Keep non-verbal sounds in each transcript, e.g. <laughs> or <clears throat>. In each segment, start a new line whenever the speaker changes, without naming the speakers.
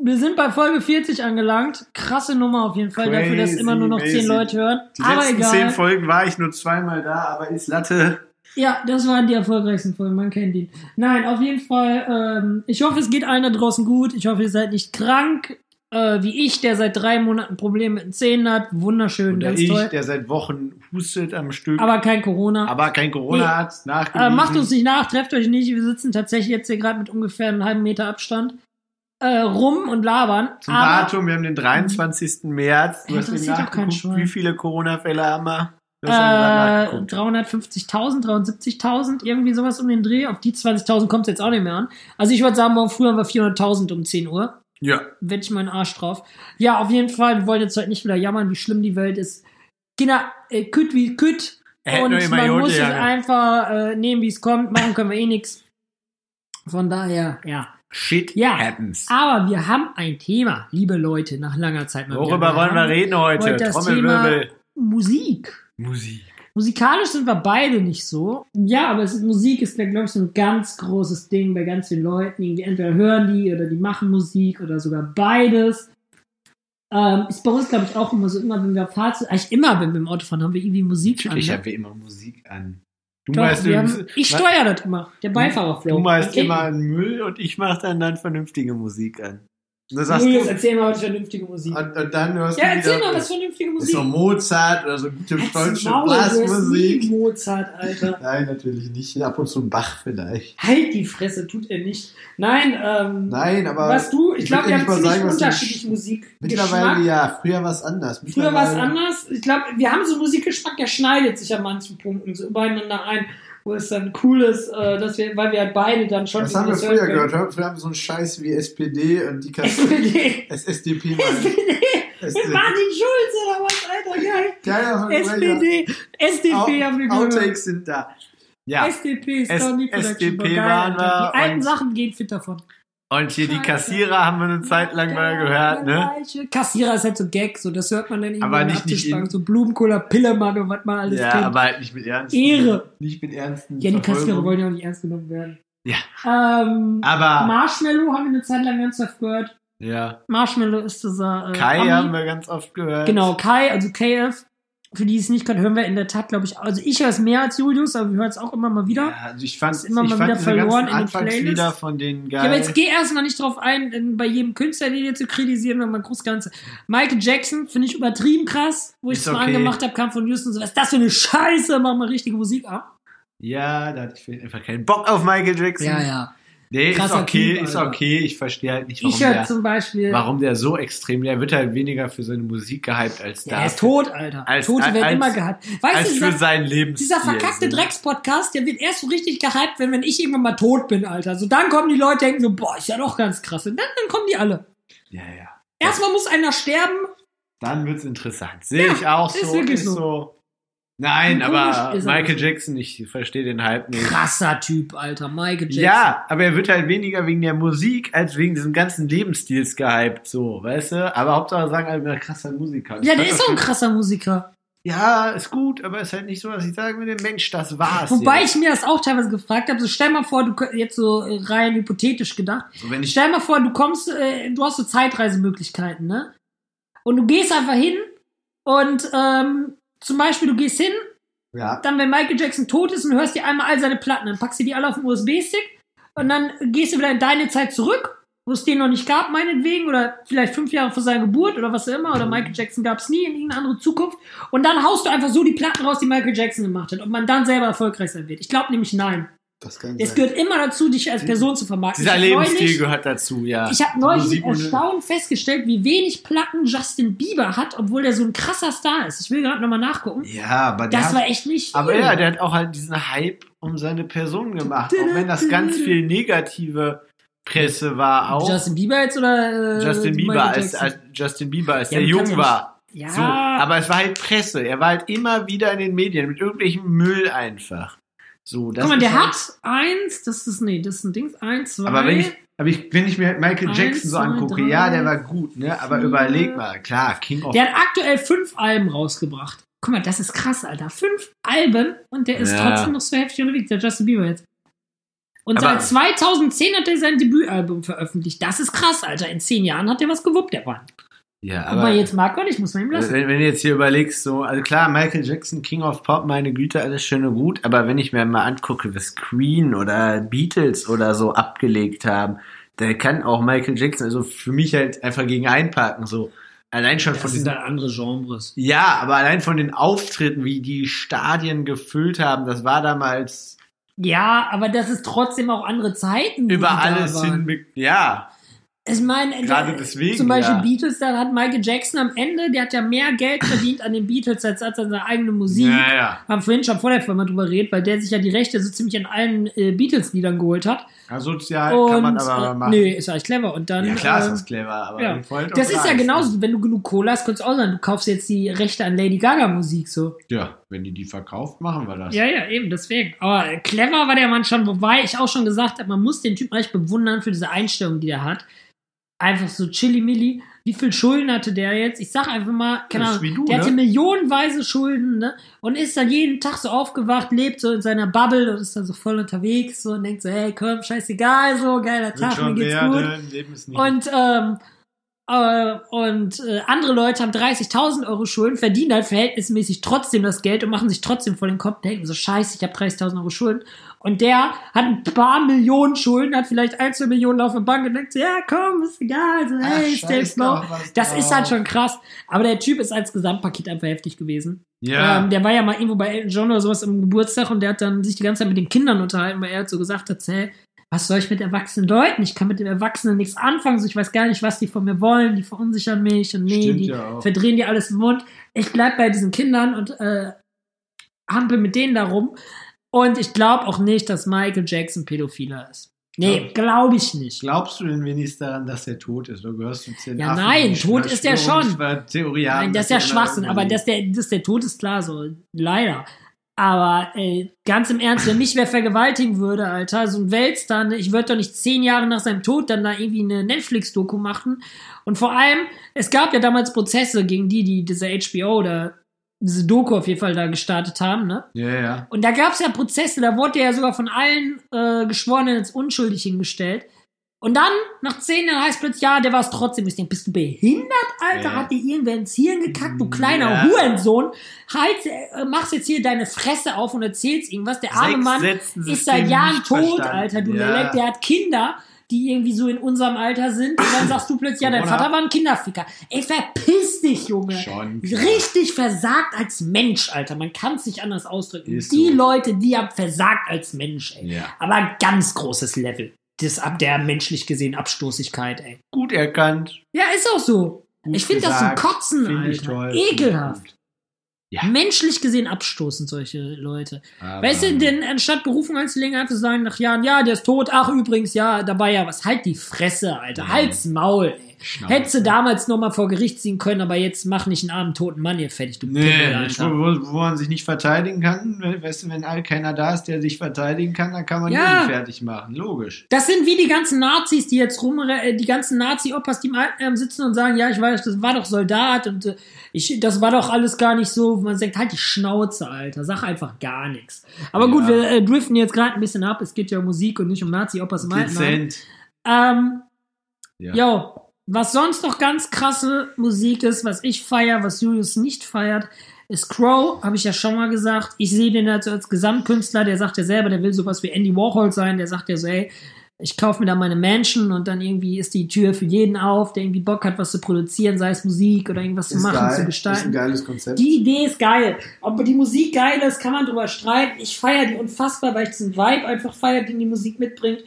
Wir sind bei Folge 40 angelangt. Krasse Nummer auf jeden Fall, dafür, dass
Crazy,
immer nur noch
crazy.
10 Leute hören.
Die
aber
letzten
egal.
zehn Folgen war ich nur zweimal da, aber ist Latte.
Ja, das waren die erfolgreichsten Folgen, man kennt ihn. Nein, auf jeden Fall, ähm, ich hoffe, es geht allen da draußen gut. Ich hoffe, ihr seid nicht krank, äh, wie ich, der seit drei Monaten Probleme mit den Zähnen hat. Wunderschön,
Oder
ganz
ich,
toll.
der seit Wochen hustet am Stück, aber,
Aber kein Corona.
kein Corona hat,
Äh,
nachgewiesen.
macht uns nicht nach, trefft euch nicht. Wir sitzen tatsächlich jetzt hier gerade mit ungefähr einem halben Meter Abstand äh, rum und labern.
Zum
aber Mhm.
Datum, wir haben den 23. März. Du hast mir
Interessiert doch keinen
nachgeguckt,
Schwein.
wie viele Corona-Fälle haben wir? Du hast ja
Äh,
gerade nachgeguckt.
350.000, 370.000, irgendwie sowas um den Dreh. Auf die 20.000 kommt es jetzt auch nicht mehr an. Also ich würde sagen, morgen früh haben wir 400.000 um 10 Uhr.
Ja,
Wette ich meinen Arsch drauf. Ja, auf jeden Fall, wir wollen jetzt heute nicht wieder jammern, wie schlimm die Welt ist. Kinder, äh, küt wie küt.
Hätten
Und
wir immer
man
Jote,
muss es
ja, ne?
einfach äh, nehmen, wie es kommt. Machen können wir eh nichts. Von daher, ja.
shit
Ja. Ah.
happens.
Aber wir haben ein Thema, liebe Leute, nach langer Zeit mal wieder.
Worüber wollen wir
haben
reden heute?
Heute das
Trommelwirbel.
Musik.
Musik.
Musikalisch sind wir beide nicht so. Ja, aber es ist, Musik ist, glaube ich, so ein ganz großes Ding bei ganz vielen Leuten. Irgendwie entweder hören die oder die machen Musik oder sogar beides. Ähm, ist bei uns, glaube ich, auch immer so, immer wenn wir Fahrzeuge, eigentlich immer, wenn wir im Auto fahren, haben wir irgendwie Musik an.
Natürlich
Ne?
haben wir immer Musik an. Du
Doch,
meinst,
wir
du-
haben, ich
was-
steuere das immer. Der Beifahrer
Du malst immer an Müll und ich mach dann dann vernünftige Musik an. Und dann sagst
Julius,
du,
erzähl mal heute vernünftige Musik.
und, und dann hörst
ja,
du
erzähl
wieder,
mal was vernünftige
ist
Musik.
so Mozart oder so gute
Halt's
deutsche
Maul, du hörst nie
Blasmusik.
Mozart, Alter.
Nein, natürlich nicht. Ab und zu ein Bach vielleicht.
Halt die Fresse, tut er nicht. Nein, ähm,
Nein, aber
was du, ich
ich will
glaube, wir
dir
haben
nicht mal
ziemlich
sagen, was ich-
unterschiedlichen
mittlerweile
Musikgeschmack.
ja. Früher war es anders.
Früher war es
Mittlerweile-
anders. Ich glaube, wir haben so einen Musikgeschmack, der schneidet sich an manchen Punkten so übereinander ein, wo es dann cool ist, äh, dass wir, weil wir halt beide dann schon
Das haben wir
das
früher
hören <laughs> können.
gehört. Früher haben wir so einen Scheiß wie SPD
<laughs>
und die Kasse.
SPD. <laughs>
SSDP.
SPD. Mit
Mann.
Martin Schulz oder was, Alter, geil.
Geiler
SPD. SDP haben wir gehört.
Outtakes sind da. Ja.
SDP,
S-
Sony Production.
SDP
war geil,
waren
Alter. Die
wir
alten
und-
Sachen gehen fit davon.
Und hier die
Scheiße.
Kassierer haben wir <laughs> eine Zeit lang mal gehört, ne?
Kassierer ist halt so Gag, so das hört man dann irgendwie
Aber
in der
nicht die
Abtischbank,
In-
so Blumenkohler, Pillemann und was man alles
Ja,
kennt.
aber halt nicht mit Ernst.
Ehre.
Nicht mit Ernst.
ja, die Kassierer wollen ja auch nicht ernst genommen werden.
Ja.
Ähm,
Aber,
Marshmallow haben wir eine Zeit lang ganz oft gehört.
ja.
Marshmallow ist dieser äh,
Kai
Ami.
haben wir ganz oft gehört.
Genau, Kai, also KF. Für die es nicht können, hören wir in der Tat, glaube ich, also ich höre es mehr als Julius, aber wir hören es auch immer mal wieder.
Ja, also ich fand,
Ist immer
ich
mal
fand
wieder
diese
verloren in
ganzen
den
Anfangslieder
Playlists.
von denen
Ja, aber
geil.
jetzt geh erstmal nicht drauf ein, in- bei jedem Künstler den hier zu kritisieren, wenn man groß Ganze. Michael Jackson finde ich übertrieben krass, wo ich es
Ist
mal
okay.
angemacht habe, kam von Houston so, was ist das für eine Scheiße, mach mal richtige Musik ab.
ja, da hatte ich vielleicht einfach keinen Bock auf Michael Jackson.
ja.
Nee, ist
Krasser
okay,
Typ,
ist
Alter.
okay. Ich verstehe halt nicht, warum
Ich höre
der,
zum Beispiel,
warum der so extrem, der wird halt weniger für seine Musik gehypt als
ja,
da.
er ist tot, Alter.
Als-
Tote
als-
werden immer gehypt. Weißt
als
du,
für
dieser,
sein Leben.
dieser verkackte Dreckspodcast, der wird erst so richtig gehypt, wenn, wenn ich irgendwann mal tot bin, Alter. So dann kommen die Leute, denken so, boah, ist ja doch ganz krass. Und dann, dann kommen die alle.
Ja, ja.
Erstmal muss einer sterben.
Dann wird's interessant. Sehe ich auch
ist
so.
wirklich
ist
so.
Nein,
Komisch
aber
ist er
Michael Jackson, ich verstehe den Hype nicht.
Krasser Typ, Alter. Michael Jackson.
Ja, aber er wird halt weniger wegen der Musik als wegen diesem ganzen Lebensstils gehypt, so, weißt du? Aber Hauptsache sagen alle, na, krasser Musiker.
Ja, der ist auch ein krasser Musiker.
Ja, ist gut, aber ist halt nicht so, dass ich sagen würde, Mensch, das war's.
Wobei
jetzt.
ich mir das auch teilweise gefragt habe, so stell mal vor, du könnt- jetzt so äh, rein hypothetisch gedacht,
So, wenn ich
stell mal vor, du kommst, äh, du hast so Zeitreisemöglichkeiten, ne? Und du gehst einfach hin und ähm, zum Beispiel du gehst hin,
ja,
dann wenn Michael Jackson tot ist und hörst dir einmal all seine Platten, dann packst du die alle auf den USB-Stick und dann gehst du wieder in deine Zeit zurück, wo es den noch nicht gab, meinetwegen, oder vielleicht fünf Jahre vor seiner Geburt oder was auch immer, oder Michael Jackson gab es nie in irgendeine andere Zukunft. Und dann haust du einfach so die Platten raus, die Michael Jackson gemacht hat, ob man dann selber erfolgreich sein wird. Ich glaube nämlich nein.
das kann
Es gehört immer dazu, dich als Person zu vermarkten.
Dieser
Ich hab neulich-
Lebensstil gehört dazu, ja.
ich habe neulich
Musik
mit
ohne-
Erstaunen festgestellt, wie wenig Platten Justin Bieber hat, obwohl der so ein krasser Star ist. Ich will gerade nochmal nachgucken.
Ja, aber der
Das
hat-
war echt nicht.
Aber
viel.
ja, der hat auch halt diesen Hype um seine Person gemacht. Auch wenn das ganz viel negative Presse war, auch
Justin Bieber jetzt oder äh,
Justin Bieber,
Michael
als,
Jackson?
als Justin Bieber, als
Ja,
der
man kann's
jung
ja
war.
ja,
So. Aber es war halt Presse. Er war halt immer wieder in den Medien mit irgendwelchem Müll einfach. So, das
guck mal,
ist
der
halt,
hat eins, das ist nee, das ist ein Dings, eins, zwei.
Aber wenn ich, aber ich, wenn ich mir halt Michael
Eins,
Jackson so
zwei,
angucke,
drei,
ja, der war gut, ne? Aber
vier.
überleg mal, klar, King of
der hat aktuell fünf Alben rausgebracht. Guck mal, das ist krass, Alter. Fünf Alben und der ist
Ja.
trotzdem noch so heftig unterwegs, der Justin Bieber jetzt. Und
Aber-
seit 2010 hat er sein Debütalbum veröffentlicht. Das ist krass, Alter. In zehn Jahren hat er was gewuppt, der Mann.
Ja,
Aber,
aber
jetzt mag er nicht, muss man ihm lassen.
wenn, wenn du jetzt hier überlegst, so, also klar, Michael Jackson, King of Pop, meine Güte, alles schön und gut, aber wenn ich mir mal angucke, was Queen oder Beatles oder so abgelegt haben, da kann auch Michael Jackson, also für mich halt einfach gegen einparken, so. Allein schon von
Das
diesen
sind dann andere Genres.
Ja, aber allein von den Auftritten, wie die Stadien gefüllt haben, das war damals
Ja, aber das ist trotzdem auch andere Zeiten. wo die
über
da
alles
waren.
hinweg. Ja,
Ich meine,
Gerade
der-
deswegen,
zum Beispiel
ja.
Beatles, da hat Michael Jackson am Ende, der hat ja mehr Geld verdient an den Beatles als an seiner eigenen Musik.
ja, ja.
Haben vorhin schon vor der Firma drüber geredet, weil der sich ja die Rechte so ziemlich an allen äh, Beatles-Liedern geholt hat.
ja. Sozial
Und,
kann man aber machen.
Äh, nee, ist eigentlich clever. Und dann.
ja, klar ist
äh,
das clever, aber
ja.
im Freund
das
auf
ist ja
Eis.
genauso, wenn du genug Cola hast, kannst du auch sagen, du kaufst jetzt die Rechte an Lady Gaga Musik so.
Ja, wenn die die verkauft, machen wir das.
Ja, ja, eben, deswegen. Aber clever war der Mann schon, wobei ich auch schon gesagt habe, man muss den Typen recht bewundern für diese Einstellung, die er hat. Einfach so chilly-milli. Wie viel Schulden hatte der jetzt? Ich sag einfach mal, keine
Das ist
Ahnung,
wie du,
der hatte
ne?
millionenweise Schulden, ne? Und ist dann jeden Tag so aufgewacht, lebt so in seiner Bubble und ist dann so voll unterwegs so und denkt so, hey, komm, scheißegal, so, geiler
Wird
Tag, mir
schon
geht's gut.
werden, Leben ist nicht.
Und, ähm, äh, und äh, andere Leute haben 30.000 Euro Schulden, verdienen halt verhältnismäßig trotzdem das Geld und machen sich trotzdem vor den Kopf und denken so, scheiße, ich habe 30.000 Euro Schulden. Und der hat ein paar Millionen Schulden, hat vielleicht ein, zwei Millionen auf der Bank und denkt so, ja komm, ist egal, so,
Ach,
hey,
scheiß
stay slow.
drauf, was
Das ist halt
drauf.
schon krass. Aber der Typ ist als Gesamtpaket einfach heftig gewesen.
Ja,
Ähm, der war ja mal irgendwo bei Elton John oder sowas am Geburtstag und der hat dann sich die ganze Zeit mit den Kindern unterhalten, weil er halt so gesagt hat, hey, was soll ich mit erwachsenen Leuten? Ich kann mit den Erwachsenen nichts anfangen, so ich weiß gar nicht, was die von mir wollen, die verunsichern mich und nee,
stimmt
die
ja auch.
verdrehen dir alles im Mund. Ich bleib bei diesen Kindern und äh, hampel mit denen darum. Und ich glaube auch nicht, dass Michael Jackson Pädophiler ist. Nee, glaube ich nicht.
Glaubst du denn wenigstens daran, dass er tot ist? Oder gehörst du zu den
Ja,
Affen,
nein,
die
tot ist er schon.
Verschwörungstheorie haben,
Nein, das ist ja
dass er
Schwachsinn, aber
überlebt?
dass der, dass der Tod ist klar, so leider. Aber ey, ganz im Ernst, wenn mich wer vergewaltigen würde, Alter, so ein Weltstar, ne, ich würde doch nicht zehn Jahre nach seinem Tod dann da irgendwie eine Netflix-Doku machen. Und vor allem, es gab ja damals Prozesse gegen die, die diese HBO oder diese Doku auf jeden Fall da gestartet haben, ne?
Ja, ja.
Und da gab es ja Prozesse, da wurde er ja sogar von allen äh, Geschworenen als unschuldig hingestellt. Und dann, nach zehn Jahren, heißt plötzlich, ja, der war es trotzdem. Ich denke, bist du behindert, Alter?
Ja.
Hat dir irgendwer ins Hirn gekackt, du kleiner
Ja.
Hurensohn? Halt, äh, machst jetzt hier deine Fresse auf und erzählst irgendwas. Der arme
Sechs
Mann
Sätzen
ist
System
seit Jahren
nicht
tot,
verstanden.
Alter, du
ja.
Lelek. Der hat Kinder, die irgendwie so in unserem Alter sind. Und dann sagst du plötzlich, ja, dein
Corona.
Vater war ein Kinderficker. Ey, verpiss dich, Junge.
Schon.
Richtig versagt als Mensch, Alter. Man kann es nicht anders ausdrücken.
Ist
die
so.
Leute, die haben versagt als Mensch, ey.
Ja.
Aber ganz großes Level. Das ab der menschlich gesehen Abstoßigkeit, ey.
Gut erkannt.
Ja, ist auch so.
Gut
ich finde das zum
gesagt,
Kotzen,
Finde ich
Alter.
toll.
Ekelhaft.
Ja.
Menschlich gesehen abstoßend, solche Leute.
Aber-
Weißt du, denn anstatt Berufung einzulegen, einfach zu sagen nach Jahren, ja, der ist tot, ach übrigens, ja, dabei ja was. Halt die Fresse, Alter.
Ja.
Halt's Maul, ey.
Schnauze.
Hättest du damals noch mal vor Gericht ziehen können, aber jetzt mach nicht einen armen toten Mann hier fertig, du Pimmel,
Nee, ich- wo,
Alter.
wo, wo man sich nicht verteidigen kann, we- weißt du, wenn all keiner da ist, der sich verteidigen kann, dann kann man
Ja.
ihn fertig machen. Logisch.
Das sind wie die ganzen Nazis, die jetzt rum, äh, die ganzen Nazi-Oppas, die im Altenheim sitzen und sagen, ja, ich weiß, das war doch Soldat und äh, ich, das war doch alles gar nicht so. Man sagt, halt die Schnauze, Alter, sag einfach gar nichts. Aber
Ja.
gut, wir äh, driften jetzt gerade ein bisschen ab. Es geht ja um Musik und nicht um Nazi-Oppas im Altenheim.
Dezent.
Ähm,
Ja.
Yo, was sonst noch ganz krasse Musik ist, was ich feier, was Julius nicht feiert, ist Crow, habe ich ja schon mal gesagt. Ich sehe den also als Gesamtkünstler, der sagt ja selber, der will sowas wie Andy Warhol sein, der sagt ja so, ey, ich kaufe mir da meine Mansion und dann irgendwie ist die Tür für jeden auf, der irgendwie Bock hat, was zu produzieren, sei es Musik oder irgendwas zu
Ist
machen,
geil.
zu
Ist ein
gestalten.
geiles Konzept.
Die Idee ist geil. Ob die Musik geil ist, kann man drüber streiten. Ich feiere die unfassbar, weil ich diesen Vibe einfach feiere, den die Musik mitbringt.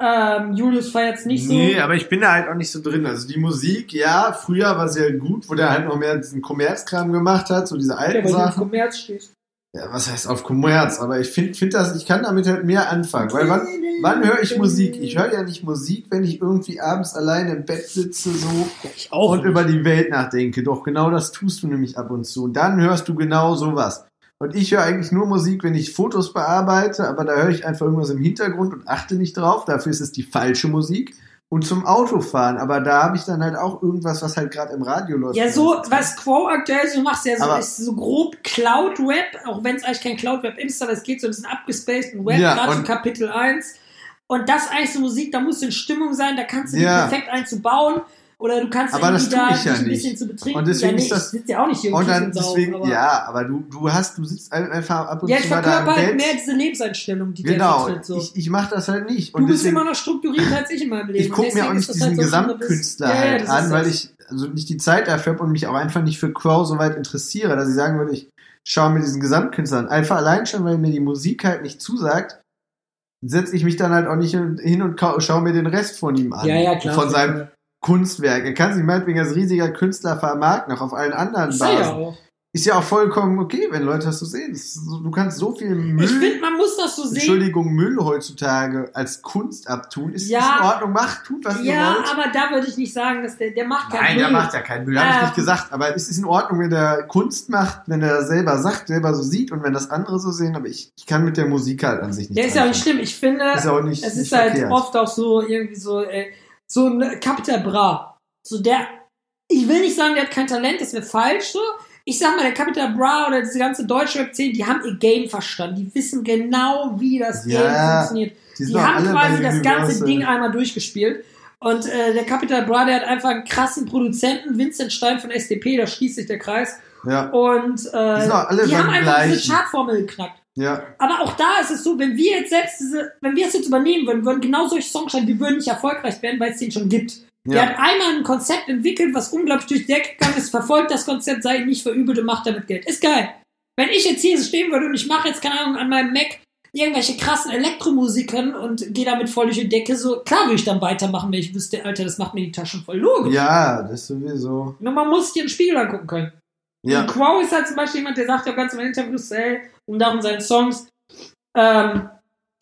Ähm, Julius feiert es nicht so.
Nee, aber ich bin da halt auch nicht so drin. Also die Musik, ja, früher war sie halt gut, wo der halt noch mehr diesen Kommerzkram gemacht hat, so diese
Ja,
alten
weil du im
Sachen.
Kommerz stehst.
Ja, was heißt auf Kommerz? Aber ich finde find das, ich kann damit halt mehr anfangen. Weil wann, wann höre ich Musik? Ich höre ja nicht Musik, wenn ich irgendwie abends alleine im Bett sitze so
Ich auch.
und über die Welt nachdenke. Doch genau das tust du nämlich ab und zu. Und dann hörst du genau sowas. Und ich höre eigentlich nur Musik, wenn ich Fotos bearbeite, aber da höre ich einfach irgendwas im Hintergrund und achte nicht drauf. Dafür ist es die falsche Musik. und zum Autofahren. Aber da habe ich dann halt auch irgendwas, was halt gerade im Radio läuft.
Ja, so, was Quo aktuell so macht, ja so,
Aber-
ist so grob Cloud Web, auch wenn es eigentlich kein Cloud Web ist, aber es geht so ein bisschen abgespaced und Web,
Ja,
gerade so
und-
Kapitel 1. Und das ist eigentlich so Musik, da musst du in Stimmung sein, da kannst du
Ja.
nicht perfekt einzubauen. Oder du kannst
Aber
irgendwie
das tue
da
ich ja
dich ein
nicht.
bisschen zu betrinken.
Und deswegen
ja,
ist das-
ich sitze ja auch nicht hier
Und dann
Kissen saufen,
deswegen,
aber-
ja, aber du, du hast, du sitzt ein- einfach ab und
Ja, ich
zu mal da
verkörper
im
halt
Bett.
mehr diese Lebenseinstellung, die der
genau,
vertritt. So.
ich, ich mache das halt nicht.
du
Und
bist
deswegen,
immer noch strukturiert als ich in meinem Leben.
ich gucke mir
Deswegen
auch
ist
nicht
das
diesen
halt so ein anderes-
Gesamtkünstler
Ja, ja,
halt
das
an,
ist
weil
das.
ich also nicht die Zeit dafür habe und mich auch einfach nicht für Crow so weit interessiere, dass ich sagen würde, ich schaue mir diesen Gesamtkünstler an. Einfach allein schon, weil mir die Musik halt nicht zusagt, setze ich mich dann halt auch nicht hin- hin und kau- schaue mir den Rest von ihm an.
Ja, ja, klar.
Von seinem Kunstwerk. Er kann sich meinetwegen als riesiger Künstler vermarkten, auch auf allen anderen
Das sei ja
Basen.
auch.
Ist ja auch vollkommen okay, wenn Leute das so sehen. Das ist so, du kannst so viel Müll,
Ich finde, man muss das so sehen.
Entschuldigung, Müll heutzutage als Kunst abtun. Ist,
Ja.
ist in Ordnung, macht, tut, was ihr
Ja,
wollt.
aber da würde ich nicht sagen, dass der, der macht keinen
Nein, der
Müll.
macht ja keinen Müll, habe ich
Ja.
nicht gesagt. Aber es ist in Ordnung, wenn der Kunst macht, wenn er das selber sagt, selber so sieht und wenn das andere so sehen. Aber ich, ich kann mit der Musik halt an sich nicht
Der ist ja auch nicht
anfangen.
schlimm. Ich finde,
Ist ja auch nicht,
es
nicht
ist halt
verkehrt.
oft auch so irgendwie so, äh, so ein Captain Bra. So der, ich will nicht sagen, der hat kein Talent, das wäre falsch so. Ich sag mal, der Capital Bra oder diese ganze deutsche Web 10, die haben ihr Game verstanden. Die wissen genau, wie das
Ja,
Game funktioniert.
Die, sind
Die
auch
haben
alle
quasi
bei
das ganze
Universal.
Ding einmal durchgespielt. Und äh, der Capital Bra, der hat einfach einen krassen Produzenten, Vincent Stein von SDP, da schließt sich der Kreis.
Ja,
Und äh,
sind auch alle
die haben
beim
einfach diese
Gleichen.
Chartformel geknackt.
ja.
Aber auch da ist es so, wenn wir jetzt selbst diese, wenn wir es jetzt übernehmen würden, würden genau solche Songs schreiben, wir würden nicht erfolgreich werden, weil es den schon gibt.
ja.
Der hat einmal ein Konzept entwickelt, was unglaublich durch die Decke gegangen ist, verfolgt das Konzept, sei ihm nicht verübelt und macht damit Geld. Ist geil. Wenn ich jetzt hier so stehen würde und ich mache jetzt, keine Ahnung, an meinem Mac irgendwelche krassen Elektromusiken und gehe damit voll durch die Decke, so klar würde ich dann weitermachen, wenn ich wüsste, Alter, das macht mir die Taschen voll. Logisch.
Ja, das sowieso.
Nur man muss dir den Spiegel angucken können.
Ja.
Und Crow ist halt zum Beispiel jemand, der sagt ja auch ganz in meinen Interviews, ey, und auch in seinen Songs, ähm,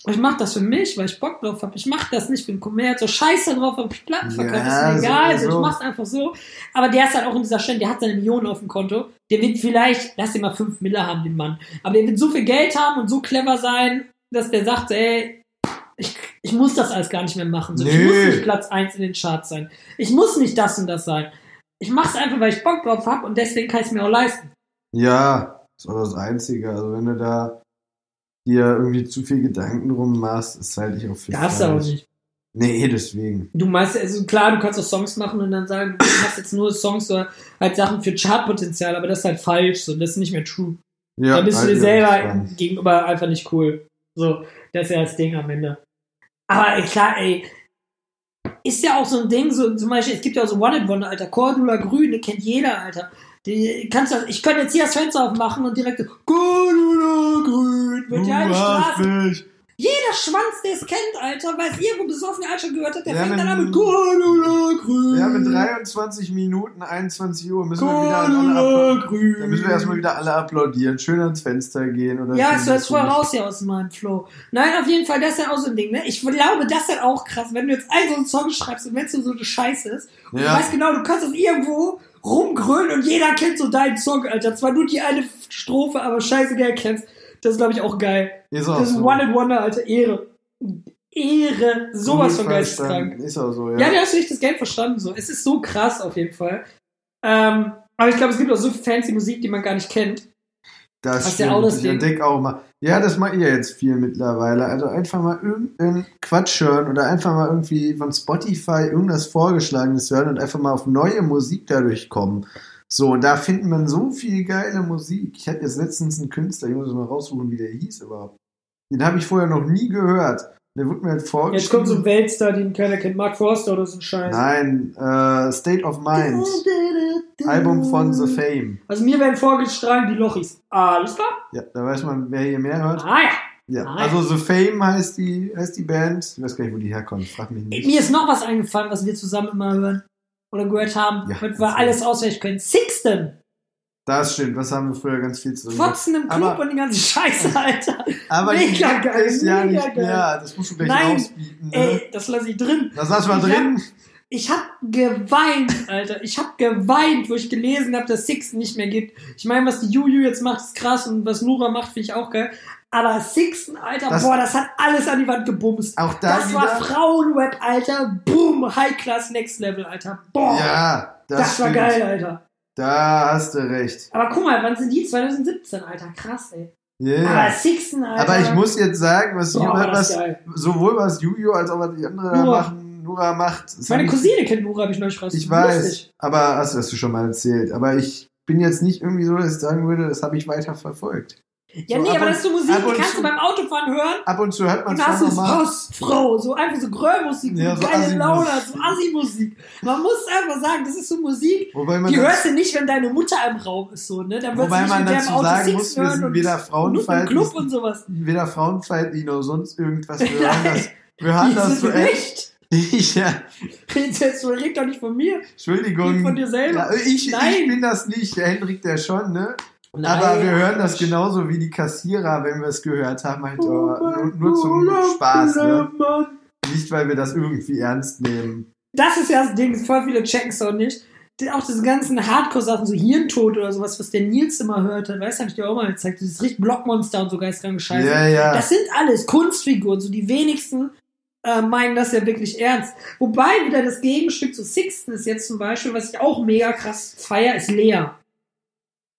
ich mach das für mich, weil ich Bock drauf habe. Ich mach das nicht für den Kommerz. So scheiße drauf, ob ich Platten verkaufe.
Ja,
ist mir egal. Also ich
sowieso.
mach's einfach so. Aber der ist halt auch in dieser Stelle, der hat seine Millionen auf dem Konto. Der wird vielleicht, lass den mal fünf Miller haben, den Mann. Aber der wird so viel Geld haben und so clever sein, dass der sagt, ey, ich, ich muss das alles gar nicht mehr machen. So, Ich
Nee.
muss nicht Platz eins in den Charts sein. Ich muss nicht das und das sein. Ich mach's einfach, weil ich Bock drauf hab und deswegen kann ich's mir auch leisten.
Ja, ist auch das Einzige. Also wenn du da dir irgendwie zu viel Gedanken drum machst, ist halt nicht auch viel
Darfst du aber
falsch.
nicht.
Nee, deswegen.
Du meinst, also klar, du kannst auch Songs machen und dann sagen, du machst jetzt nur Songs oder halt Sachen für Chartpotenzial, aber das ist halt falsch, so, das ist nicht mehr true.
Ja,
da bist du
halt
dir
ja,
selber
spannend.
gegenüber einfach nicht cool. So, das ist ja das Ding am Ende. Aber ey, klar, ey, ist ja auch so ein Ding, so zum Beispiel, es gibt ja auch so One-Hit-Wonder, Alter, Cordula Grün, die kennt jeder, Alter. Die, kannst du, ich könnte jetzt hier das Fenster aufmachen und direkt so, Cordula Grün,
Du
wird ja eine
hast
Straße
mich.
jeder Schwanz, der es kennt, Alter, weil es irgendwo besoffen der schon gehört hat, der
Ja,
fängt
wenn-
dann an mit Cordula Grün.
Wir haben in 23 Minuten 21 Uhr müssen wir wieder an alle
Cordula
ab
Grün.
da müssen wir erstmal wieder alle applaudieren, schön ans Fenster gehen oder
Ja,
schön
es hört
das
voll
Licht-
raus hier aus meinem Flow. Nein, auf jeden Fall, das ist ja auch so ein Ding, ne? Ich glaube, das ist halt auch krass, wenn du jetzt einen so einen Song schreibst und wenn es nur so eine Scheiße ist, und du
Ja,
weißt genau, du kannst das irgendwo rumgrölen und jeder kennt so deinen Song, Alter. Zwar nur die eine Strophe, aber scheißegal kennst. Das ist, glaube ich, auch geil.
ist auch
Das ist
so.
One and Wonder, Alter. Ehre. Ehre. Sowas von
Gut
geisteskrank.
verstanden. Ist auch so,
Ja,
ja.
du hast du echt das Geld verstanden. So. Es ist so krass auf jeden Fall. Ähm, aber ich glaube, es gibt auch so viel fancy Musik, die man gar nicht kennt.
Das
Hast ja
stimmt.
auch das
ich
Ding.
entdecke auch mal. Ja, das mache ich ja jetzt viel mittlerweile. Also einfach mal irgendeinen Quatsch hören oder einfach mal irgendwie von Spotify irgendwas Vorgeschlagenes hören und einfach mal auf neue Musik dadurch kommen. So, und da findet man so viel geile Musik. Ich hatte jetzt letztens einen Künstler, ich muss mal raussuchen, wie der hieß überhaupt. Den habe ich vorher noch nie gehört. Der wurde mir halt vorgeschlagen.
Jetzt kommt so ein Weltstar, den keiner kennt. Mark Forster oder so ein Scheiß.
Nein, äh, State
<laughs>
of Mind. Album von The Fame.
Also mir werden vorgeschlagen die Lochis. Alles klar?
Ja, da weiß man, wer hier mehr hört.
Ah ja.
Ja,
Ah,
also The Fame heißt die, heißt die Band. Ich weiß gar nicht, wo die herkommt. Frag mich nicht.
Mir ist noch was eingefallen, was wir zusammen immer hören. Oder gehört haben.
Ja,
damit
erzähl.
wir alles auswendig können. Sixten.
Das stimmt. Was haben wir früher ganz viel zu gemacht.
Fotzen im Club
Aber-
und die ganze Scheiße, Alter.
Aber die
Mega
gibt
geil,
es ja
mega
nicht
geil.
mehr. Das musst du gleich
Nein,
ausbieten. Ne?
Ey, das lasse ich drin.
Das lassen wir
ich
drin.
Ich hab geweint, Alter. Ich hab geweint, wo ich gelesen habe, dass Six nicht mehr gibt. Ich meine, was die Juju jetzt macht, ist krass und was Nura macht, finde ich auch geil. Aber Sixten, Alter,
Das-
boah, das hat alles an die Wand gebumst.
Auch da
das war
wieder-
Frauenweb, Alter. Boom, High Class Next Level, Alter. Boah,
Ja, das,
das, war
stimmt.
geil, Alter.
Da hast du recht.
Aber guck mal, wann sind die? 2017, Alter. Krass, ey. Aber
Yeah.
Sixten, Alter.
Aber ich muss jetzt sagen, was,
boah, war das
was
geil.
sowohl was Yu-Gi-Oh! als auch was die anderen da
Nura.
machen, Nura macht. das
Meine
hab
Cousine kennt Nura, habe ich neulich
Ich, ich
rausgefunden.
weiß,
Lustig.
aber hast, hast du schon mal erzählt. Aber ich bin jetzt nicht irgendwie so, dass ich sagen würde, das habe ich weiter verfolgt.
Ja,
So,
nee,
ab
aber
und-
das ist so Musik,
ab
die
und
kannst
zu-
du beim Autofahren hören.
Ab und zu hört man
Und
es
da hast du das
schon mal.
Hausfrau, so einfach so Gröllmusik, so
Ja, so
geile
Assi-Musik.
Laune, so Assi-Musik. Man muss einfach sagen, das ist so Musik,
Wobei man
die
dann-
hörst du nicht, wenn deine Mutter im Raum ist, so, ne? Dann würdest du
Wobei
nicht
man
mit der im
dazu
Auto
sagen
Six
muss, wir
hören
sind
und,
weder
und im Club
frauenfeindlich,
und sowas.
weder frauenfeindlich noch sonst irgendwas. Wir
<laughs>
hören das,
Nein,
wir hören das
das
so
ist
echt.
nicht.
Ich, <laughs> ja,
Jetzt red doch nicht von mir.
Entschuldigung.
Nicht von dir selber.
Ja, ich, ich
Nein.
bin das nicht, der Henrik der schon, ne? Aber wir hören das genauso wie die Kassierer, wenn wir es gehört haben, halt oh, nur, nur
oh
zum Spaß,
genau.
ne? Nicht, weil wir das irgendwie ernst nehmen.
Das ist ja das Ding, voll viele checken's auch nicht. Die- Auch diese ganzen Hardcore-Sachen, so Hirntod oder sowas, was der Nils immer hörte, weißt du, hab ich dir auch mal gezeigt, dieses richtig Blockmonster und so geistrange Scheiße.
Ja, ja.
Das sind alles Kunstfiguren, so die wenigsten äh, meinen das ja wirklich ernst. Wobei wieder das Gegenstück zu Sixten ist jetzt zum Beispiel, was ich auch mega krass feier, ist Lea.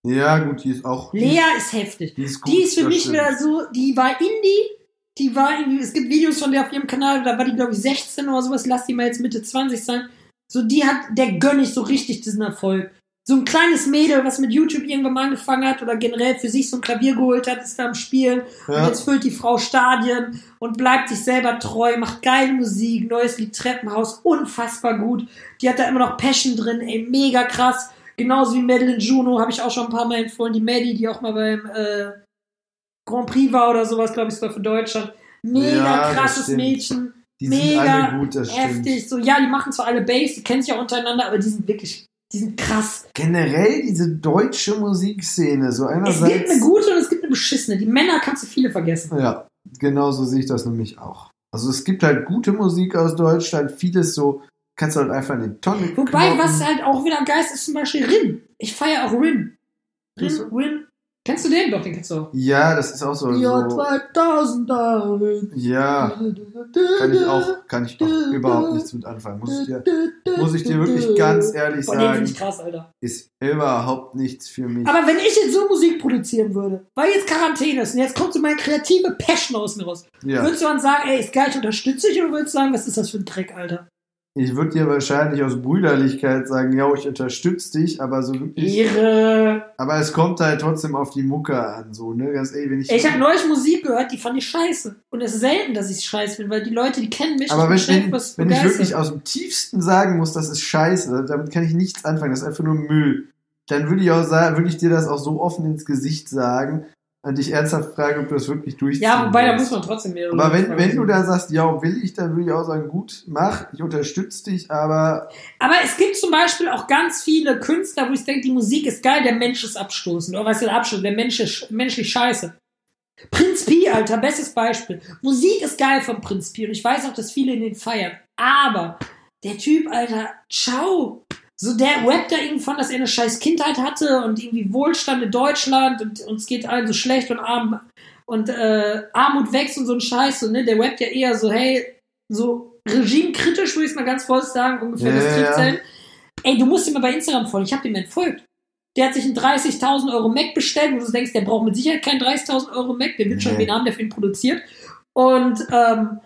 Ja, gut, die ist auch.
Lea ist heftig.
die ist, gut,
Die ist für
das
mich
stimmt.
wieder so, die war Indie, die war irgendwie, es gibt Videos von der auf ihrem Kanal, da war die glaube ich 16 oder sowas, lass die mal jetzt Mitte 20 sein. So, die hat, der gönne ich so richtig diesen Erfolg. So ein kleines Mädel, was mit YouTube irgendwann mal angefangen hat oder generell für sich so ein Klavier geholt hat, ist da am Spielen. Und
Ja.
jetzt füllt die Frau Stadien und bleibt sich selber treu, macht geile Musik, neues Lied Treppenhaus, unfassbar gut. Die hat da immer noch Passion drin, ey, mega krass. Genauso wie Madeline Juno, habe ich auch schon ein paar Mal empfohlen. Die Maddie, die auch mal beim äh, Grand Prix war oder sowas, glaube ich, sogar für Deutschland. Mega
Ja, das
krasses
stimmt.
Mädchen,
Die sind
mega
alle gut, das stimmt.
heftig. So, ja, die machen zwar alle Bass, die kennen sich ja untereinander, aber die sind wirklich, die sind krass.
Generell diese deutsche Musikszene, so
Es gibt eine
einerseits.
gute und es gibt eine beschissene. Die Männer kannst du viele vergessen.
Ja, genau so sehe ich das nämlich auch. Also es gibt halt gute Musik aus Deutschland, vieles so, kannst du halt einfach in den Tonic
Wobei,
kloppen.
was halt auch wieder geil ist, ist zum Beispiel Rin. Ich feiere auch Rin.
Ist so.
Rin, Rin. Kennst du den? Doch, den kennst du auch.
Ja, das ist auch so. Also so
2000 Darin.
ja, kann ich auch, kann ich auch überhaupt nichts mit anfangen. Muss ich dir, muss ich dir wirklich ganz ehrlich
Boah, den finde
sagen,
ich krass, Alter.
ist überhaupt nichts für mich.
Aber wenn ich jetzt so Musik produzieren würde, weil jetzt Quarantäne ist und jetzt kommt so meine kreative Passion aus mir raus,
Ja,
würdest du dann sagen, ey, ist geil, ich unterstütze dich oder würdest du sagen, was ist das für ein Dreck, Alter?
ich würde dir wahrscheinlich aus Brüderlichkeit sagen, ja, ich unterstütze dich, aber so wirklich.
Ehre.
Aber es kommt halt trotzdem auf die Mucke an, so, ne? Ganz ehrlich, wenn ich.
Ey, Ich habe neulich Musik gehört, die fand ich scheiße. Und es ist selten, dass ich scheiße finde, weil die Leute, die kennen mich,
aber wenn,
ich bin
wenn,
schnell was
wenn ich
begeistert.
wirklich aus dem tiefsten sagen muss, das ist scheiße, damit kann ich nichts anfangen, das ist einfach nur Müll, dann würde ich auch sagen, würde ich dir das auch so offen ins Gesicht sagen und dich ernsthaft fragen, ob du das wirklich durchziehst.
Ja, wobei, da muss man trotzdem mehr
Aber wenn,
fragen.
wenn du da sagst, ja, will ich, dann würde ich auch sagen, gut, mach, ich unterstütze dich, aber
Aber es gibt zum Beispiel auch ganz viele Künstler, wo ich denke, die Musik ist geil, der Mensch ist abstoßend. Oder was ist abstoßend? Der Mensch ist sch- menschlich scheiße. Prinz Pi, Alter, bestes Beispiel. Musik ist geil von Prinz Pi und ich weiß auch, dass viele in den feiern. Aber der Typ, Alter, ciao. So der rappt da irgendwie von, dass er eine scheiß Kindheit hatte und irgendwie Wohlstand in Deutschland und uns geht allen so schlecht und arm und äh, Armut wächst und so ein Scheiß. So, ne? Der rappt ja eher so, hey, so regimekritisch würde ich es mal ganz vorsichtig sagen, ungefähr
Ja,
das
ja, ja.
Triebzellen. Ey, du musst ihm mal bei Instagram folgen. Ich habe dem entfolgt. Der hat sich einen 30.000 Euro Mac bestellt, wo du denkst, der braucht mit Sicherheit keinen 30.000 Euro Mac, der wird schon
Nee.
wen haben, der für ihn produziert. Und ähm,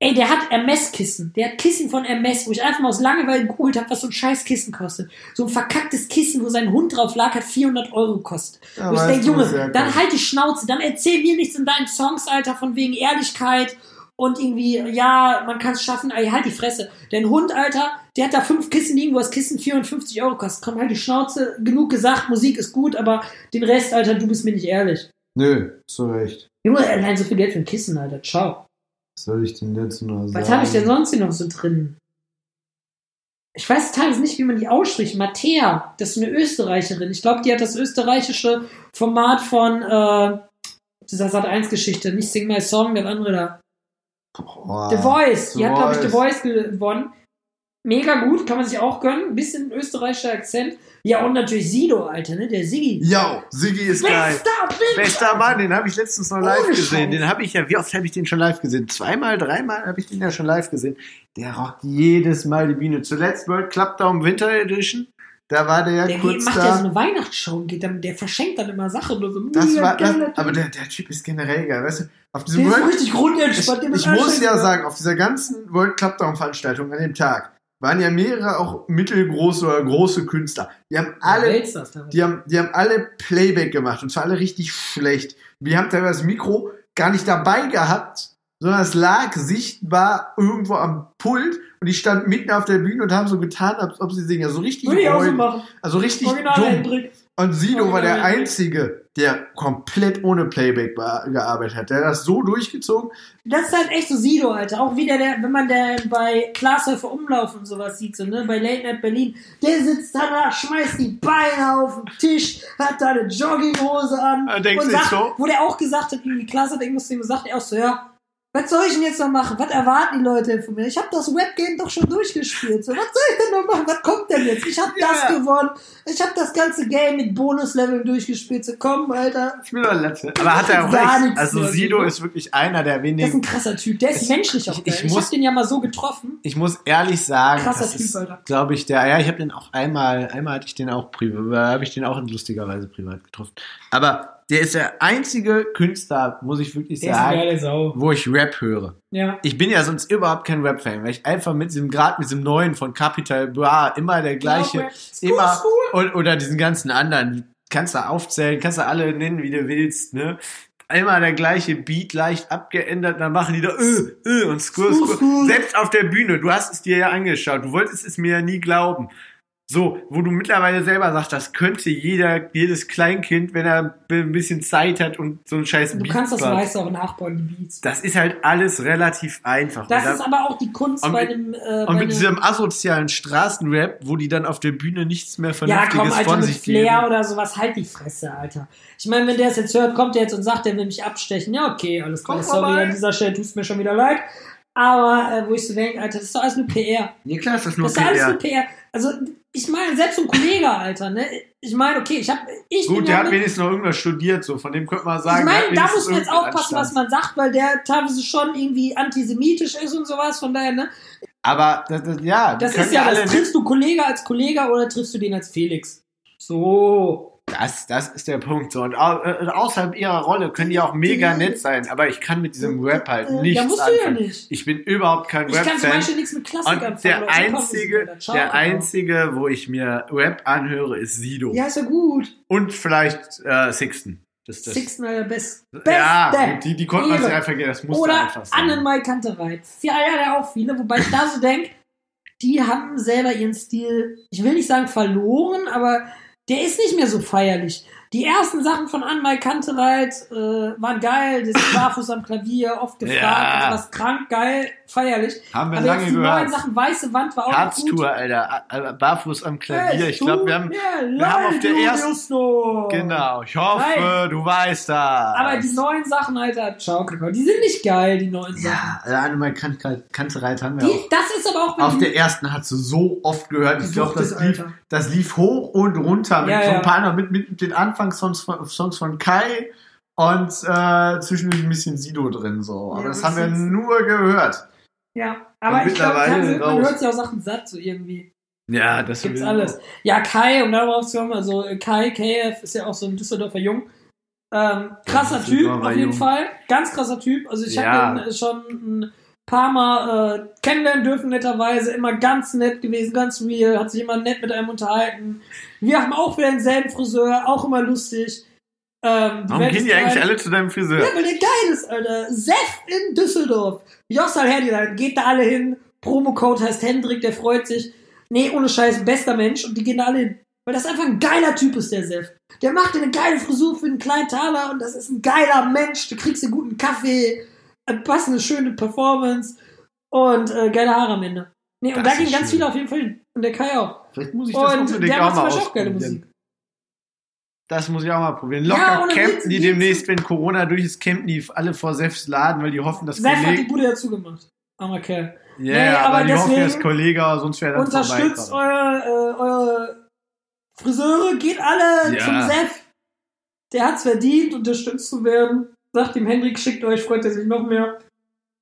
ey, der hat MS-Kissen. Der hat Kissen von MS, wo ich einfach mal aus Langeweile gegoogelt habe, was so ein scheiß Kissen kostet. So ein verkacktes Kissen, wo sein Hund drauf lag, hat 400 Euro gekostet.
Ja,
wo ich
weißt
denke,
du,
Junge,
sehr gut.
dann halt die Schnauze, dann erzähl mir nichts in deinen Songs, Alter, von wegen Ehrlichkeit und irgendwie, ja, man kann es schaffen, ey, halt die Fresse. Dein Hund, Alter, der hat da fünf Kissen liegen, wo das Kissen 54 Euro kostet. Komm, halt die Schnauze, genug gesagt, Musik ist gut, aber den Rest, Alter, du bist mir nicht ehrlich.
nö, zu Recht.
Junge, allein so viel Geld für ein Kissen, Alter, ciao.
Was soll ich denn jetzt nur sagen?
Was habe ich denn sonst hier noch so drin? Ich weiß teilweise nicht, wie man die ausspricht. Mattea, das ist eine Österreicherin. Ich glaube, die hat das österreichische Format von äh, dieser Sat1-Geschichte. Nicht Sing My Song, der andere da.
Boah.
Ah,
The Voice. Die
The
hat, glaube ich,
Voice.
The Voice gewonnen. Mega gut, kann man sich auch gönnen. Bisschen österreichischer Akzent. Ja, und natürlich Sido, Alter, ne? Der Siggi.
Yo, Siggi ist geil.
Bester Bitch!
Bester Mann, den habe ich letztens noch live
Ohne
gesehen.
Scheiß.
Den habe ich ja, wie oft habe ich den schon live gesehen? Zweimal, dreimal habe ich den ja schon live gesehen. Der rockt jedes Mal die Bühne. Zuletzt World Club Down Winter Edition. Da war der ja
Halt
Der geht,
kurz
macht ja so
da.
eine Weihnachtsshow und geht dann, der verschenkt dann immer Sachen. Nur so,
Das
mega
war, das,
geiler Typ.
aber der, der Typ ist generell geil, weißt du? Auf
der
diesem
ist so
World,
richtig grundentspannt.
ich,
dem ist
ich muss
alles
ja
scheißegal.
sagen, auf dieser ganzen World Clubdown Veranstaltung an dem Tag waren ja mehrere auch mittelgroße oder große Künstler. Die haben alle
Wälzt das dann.
Die haben, die haben alle Playback gemacht und zwar alle richtig schlecht. Wir haben teilweise das Mikro gar nicht dabei gehabt, sondern es lag sichtbar irgendwo am Pult und die standen mitten auf der Bühne und haben so getan, als ob sie singen. Also richtig,
Würde ich auch so
reul-
machen.
also richtig
Original
dumm.
Hendrik.
Und Sido war der
Original.
Einzige, der komplett ohne Playback war- gearbeitet hat. Der hat das so durchgezogen.
Das ist halt echt so Sido, Alter. Auch wieder der, wenn man der bei Glashäufer Umlauf und sowas sieht, so, ne, bei Late Night Berlin, der sitzt dann da, schmeißt die Beine auf den Tisch, hat da eine Jogginghose an.
Er denkt
und
sich
sagt,
so.
Wo der auch gesagt hat, irgendwie Klaas hat irgendwas zu ihm gesagt, er auch so, ja, was soll ich denn jetzt noch machen? Was erwarten die Leute von mir? Ich habe das Webgame doch schon durchgespielt. So, was soll ich denn noch machen? Was kommt denn jetzt? Ich habe das
Ja.
gewonnen. Ich habe das ganze Game mit Bonusleveln durchgespielt. So, komm, Alter.
Ich bin doch Latte. Aber hat er auch
Gar
recht.
nichts
Also
mehr.
Sido ist wirklich einer
Der
der
ist ein
wenigen.
krasser Typ. Der ist
Ich-
menschlich auch geil.
ich
Ich, ich
muss-
hab den ja mal so getroffen.
Ich muss ehrlich sagen,
Krasser
das
Typ,
ist,
Alter.
glaube ich, der. Ja, ich habe den auch einmal, einmal hatte ich den auch privat, habe ich den auch lustigerweise privat getroffen. Aber der ist der einzige Künstler, muss ich wirklich sagen,
Sau.
wo ich Rap höre.
Ja.
Ich bin ja sonst überhaupt kein Rap-Fan, weil ich einfach mit diesem, gerade mit diesem neuen von Capital Bra immer der
Genau,
gleiche, immer, und, oder diesen ganzen anderen, kannst du aufzählen, kannst du alle nennen, wie du willst, ne? Immer der gleiche Beat, leicht abgeändert, dann machen die da, öh, öh, und skur,
Skur,
skur.
skur.
Selbst auf der Bühne, du hast es dir ja angeschaut, du wolltest es mir ja nie glauben. So, wo du mittlerweile selber sagst, das könnte jeder, jedes Kleinkind, wenn er ein bisschen Zeit hat und so einen scheiß
Du
Beat
kannst das
baut.
meiste auch nachbauen, die Beats.
Das ist halt alles relativ einfach.
Das
und da-
ist aber auch die Kunst
Und
bei
mit-
einem. Äh, bei
und mit
einem
diesem asozialen Straßenrap, wo die dann auf der Bühne nichts mehr
ja,
Vernünftiges
komm, Alter,
von
mit
sich geben.
Flair oder sowas, halt die Fresse, Alter. Ich meine, wenn der es jetzt hört, kommt der jetzt und sagt, der will mich abstechen. Ja, okay, alles
Komm
klar. Sorry,
vorbei.
an dieser Stelle tut's mir schon wieder leid. Aber äh, wo ich so denke, Alter, das ist doch alles nur PR.
Nee, klar ist das
Das ist alles nur PR. Also, ich meine, selbst so ein Kollege, Alter, ne? Ich meine, okay, ich hab. Ich bin
Gut,
ja
der hat
mit-
wenigstens noch irgendwas studiert, so von dem könnte man sagen.
ne? ich
der hat
meine, da
wenigstens
muss man jetzt
irgendeinen
aufpassen, was
Anstand.
man sagt, weil der teilweise schon irgendwie antisemitisch ist und sowas. Von daher, ne?
Aber das, das, ja, die
Das
können
ist ja,
alle
das
nicht-
triffst du Kollege als Kollege oder triffst du den als Felix? So.
das, das ist der Punkt. So. Und au, äh, außerhalb ihrer Rolle können die auch mega nett sein, aber ich kann mit diesem Rap halt nichts
ja, äh, musst
anfangen.
du ja nicht.
Ich bin überhaupt kein
Ich kann zum
Rap-Fan.
Beispiel nichts mit Klassik
Und
anfangen.
der
oder so.
einzige,
Ciao,
der
Alter.
einzige, wo ich mir Rap anhöre, ist Sido.
Ja, ist ja gut.
Und vielleicht äh, Sixten. Das, das,
Sixten war der Best. Beste.
Ja, gut, die, die konnte man
Ehre.
sich einfach gehen. Das musste einfach
Oder
sein.
Annenmai Kantereit. Ja, ja, da auch viele. Wobei ich da so denke, die haben selber ihren Stil, ich will nicht sagen verloren, aber der ist nicht mehr so feierlich. Die ersten Sachen von Annenmai Kantereit äh, waren geil. Das
<laughs>
Barfuß am Klavier, oft gefragt,
Ja.
das war krank, geil, feierlich.
Haben wir
Aber
lange
jetzt die neuen
gehört.
Sachen, Weiße Wand war auch Oh, gut.
Herztour, Alter. A- a- Barfuß am Klavier. Ich glaube, wir haben.
wir
haben auf der ersten-
Genau.
Genau. Ich hoffe,
Nein.
du weißt das.
Aber die neuen Sachen, Alter, ciao, Kakao. Die sind nicht geil, die neuen Sachen.
Ja, also Animal kan kan Kantereit haben wir
Die, das ist aber auch,
auch. Auf
wenn die
der ersten hat sie so oft gehört. Ich glaube,
Sucht
das
es,
lief,
Alter.
das lief hoch und runter mit
Ja,
so ein
ja.
paar anderen- mit, mit den Anfangssongs von, Songs von Kai und äh, zwischendurch ein bisschen Sido drin so. Aber
Ja,
das
aber
haben wir
das ist-
nur gehört.
Ja,
Und
aber ich glaube,
mittlerweile
teilweise- man
raus.
hört sich auch Sachen satt, so irgendwie.
Ja, das
Gibt's alles. Ja, Kai, um darauf zu kommen, also äh, Kai, KF ist ja auch so ein Düsseldorfer Jung. Ähm, krasser
Düsseldorfer
Typ, auf jeden
Jung.
Fall. Ganz krasser Typ. Also ich
Ja.
habe ihn äh, schon ein paar Mal äh, kennenlernen dürfen, netterweise. Immer ganz nett gewesen, ganz real. Hat sich immer nett mit einem unterhalten. Wir haben auch wieder denselben Friseur, auch immer lustig. Ähm, die
Warum
Welt
gehen
ist
die eigentlich
geil.
alle zu deinem Friseur?
Ja, weil der geil ist, Alter. Seth in Düsseldorf. Jossal Herdilein, geht da alle hin. Promocode heißt Hendrik, der freut sich. Nee, ohne Scheiß, bester Mensch. Und die gehen da alle hin. Weil das einfach ein geiler Typ ist, der Seth. Der macht dir eine geile Frisur für einen kleinen Taler und das ist ein geiler Mensch. Du kriegst einen guten Kaffee, äh, passende, schöne Performance und äh, geile Haare am Ende. Nee, und
Das
da gehen
ist
ganz
schön.
viele auf jeden Fall hin. Und der Kai auch.
Vielleicht muss ich das
Und
unbedingt
der
auch
macht zum
mal
Beispiel auch geile
ausprobieren.
Musik.
Das muss ich auch mal probieren.
Ja,
Locker
oder
campen die
willst-
demnächst, wenn Corona durch ist, campen die alle vor Sefs Laden, weil die hoffen, dass
Seth hat die
Kollegen.
Bude dazu gemacht. Armer Kerl.
Ja,
Nee,
aber,
aber
ich hoffe, er ist
deswegen
Kollege, sonst wäre er dann
Unterstützt
vorbeikommen.
eure, äh, eure Friseure, geht alle
Ja.
zum Sef. Der hat's verdient, unterstützt zu werden. Sagt dem Hendrik, schickt euch, freut er sich noch mehr.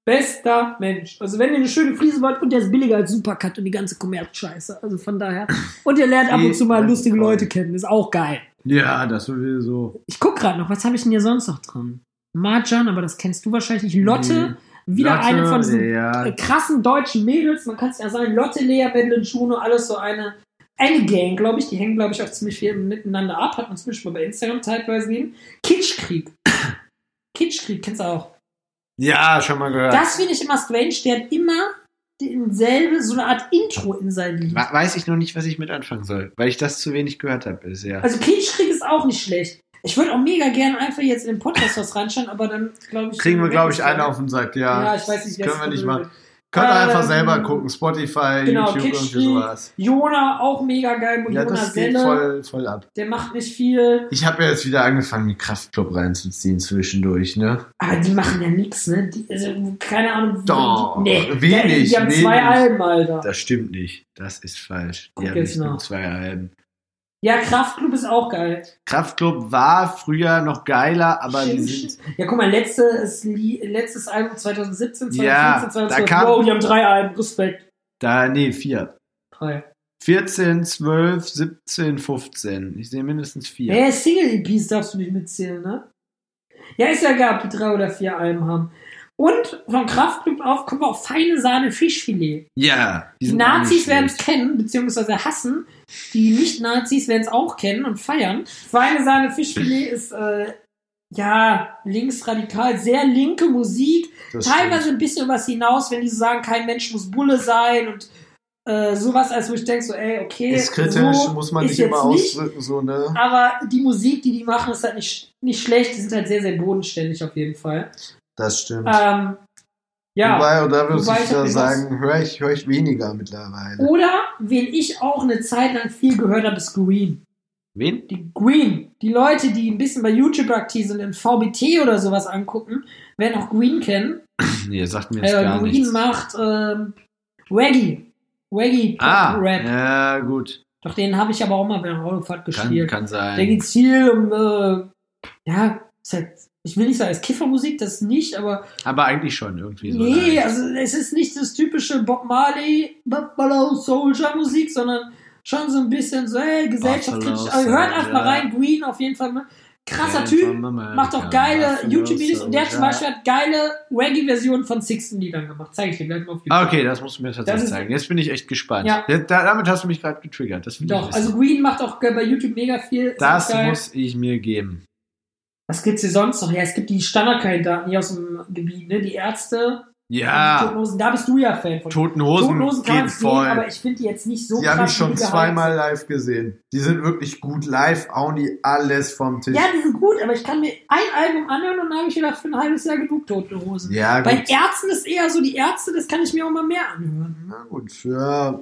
Bester Mensch. Also wenn ihr eine schöne Frise wollt und der ist billiger als Supercut und die ganze Kommerzscheiße. Also von daher. Und ihr lernt ab und zu mal lustige Leute kennen. Ist auch geil.
Ja, das sowieso.
Ich guck gerade noch, was habe ich denn hier sonst noch drin? Marjan, aber das kennst du wahrscheinlich. Lotte, wieder
Lotte,
eine von diesen
ja,
äh, krassen deutschen Mädels. Man kann es ja sagen, Lotte, Lea, Madeline, Schuno, alles so eine, eine Gang, glaube ich. Die hängen, glaube ich, auch ziemlich viel miteinander ab. Hat man zumindest mal bei Instagram teilweise gesehen. Kitschkrieg. <clears throat> Kitschkrieg, kennst du auch.
Ja, schon mal gehört.
Das finde ich immer strange. Der hat immer denselbe, so eine Art Intro in sein Lied.
We- Weiß ich noch nicht, was ich mit anfangen soll, weil ich das zu wenig gehört habe bisher.
Also Kitschkrieg ist auch nicht schlecht. Ich würde auch mega gern einfach jetzt in den Podcast was reinschauen, aber dann, glaube ich...
Kriegen wir, glaube ich, einen auf
den
den Sack,
Ja,
ja.
ich weiß nicht,
das
wer
können wir
es
nicht
verwöhnt
machen.
wird.
Könnt ihr
Ähm,
einfach selber gucken. Spotify,
Genau,
YouTube, irgendwie
Kitschkrieg.
sowas.
Jona, auch mega geil. Und
Ja,
Jona
das geht
Selle,
voll, voll ab.
der macht nicht viel.
Ich habe ja jetzt wieder angefangen, den Kraftclub reinzuziehen zwischendurch, ne?
Aber die machen ja nichts, ne? Die, also, keine Ahnung.
Doch,
die, nee,
wenig,
Die, die haben zwei
wenig.
Alben, Alter.
Das stimmt nicht. Das ist falsch.
Guck
Die haben
jetzt
nicht nur
nach.
zwei Alben.
Ja, Kraftclub ist auch geil.
Kraftclub war früher noch geiler, aber die
Stimmt,
sind.
stimmt. Ja, guck mal, letztes, Lied- letztes Album 2017, 2014,
Ja, da
2012.
kam-
wow, die haben drei Alben. Respekt.
Da, nee, vier.
Drei.
14, 12, 17, 15. Ich sehe mindestens vier.
Ja, Single-EPs darfst du nicht mitzählen, ne? Ja, ist ja egal, ob die drei oder vier Alben haben. Und von Kraftclub auf kommen wir auf feine Sahne Fischfilet.
Ja.
Die
sind
Nazis
nicht
werden es
schlecht.
kennen, beziehungsweise hassen. Die Nicht-Nazis werden es auch kennen und feiern. Feine Sahne Fischfilet ist, äh, ja, linksradikal, sehr linke Musik.
Das
Teilweise ein bisschen was hinaus, wenn die so sagen, kein Mensch muss Bulle sein und äh, sowas, als wo ich denke, so, ey, okay.
Ist kritisch,
so
muss man
ist
nicht
jetzt
immer
nicht.
ausdrücken, so, ne?
Aber die Musik, die die machen, ist halt nicht, nicht schlecht. Die sind halt sehr, sehr bodenständig auf jeden Fall.
Das stimmt.
Ähm, ja.
Wobei, oder würde
Wobei,
ich
ich hab
da
mir
sagen, höre ich, hör ich weniger mittlerweile.
Oder, wen ich auch eine Zeit lang viel gehört habe, ist Green.
Wen?
die Green, die Leute, die ein bisschen bei YouTube aktiv sind, in VBT oder sowas angucken, werden auch Green kennen.
Nee, sagt mir jetzt
Äh,
gar
Green
nichts.
macht ähm, Reggae. Reggae Pop
Ah,
Rap.
ja, gut.
Doch den habe ich aber auch mal bei der Autofahrt
Kann,
gespielt.
kann sein.
Da geht's viel um, äh, ja, ist halt, ich will nicht sagen, es ist Kiffermusik, das nicht, aber
Aber eigentlich schon irgendwie so.
nee,
Nein.
also es ist nicht das typische Bob Marley, Buffalo Soldier Musik, sondern schon so ein bisschen so, hey, gesellschaftskritisch.
Buffalo
Also, hört einfach mal
Soldier.
rein, Green auf jeden Fall. mal. Krasser
Ja,
Typ,
von Amerika.
macht auch geile
Buffalo
YouTube-Videos und der
Soldier.
zum Beispiel hat geile Reggae-Versionen von Sixten-Liedern gemacht. Zeige ich dir gleich mal auf
Ah, okay, das musst du mir
Das
tatsächlich
ist-
zeigen. Jetzt bin ich echt gespannt.
Ja.
Da, damit hast du mich gerade getriggert. Das will ich
Doch,
wissen.
also Green macht auch bei YouTube mega viel. Ist
das
auch geil.
muss ich mir geben.
Was gibt's hier sonst noch? Ja, es gibt die Standardkandidaten hier aus dem Gebiet, ne? Die Ärzte. Also Die
Ja,
Totenhosen. Da bist du ja Fan von.
Toten Hosen
kann
geht
ich sehen, aber
voll.
ich finde die jetzt nicht so
Die habe ich
krass
schon
wie die
zweimal live gesehen. Die sind wirklich gut live, hauen die alles vom
Hans.
Tisch.
Ja, die sind gut, aber ich kann mir ein Album anhören und dann habe ich gedacht, für ein halbes Jahr genug Toten Hosen.
Ja,
Bei
gut.
Ärzten ist eher so, die Ärzte, das kann ich mir auch mal mehr anhören.
Na gut, ja.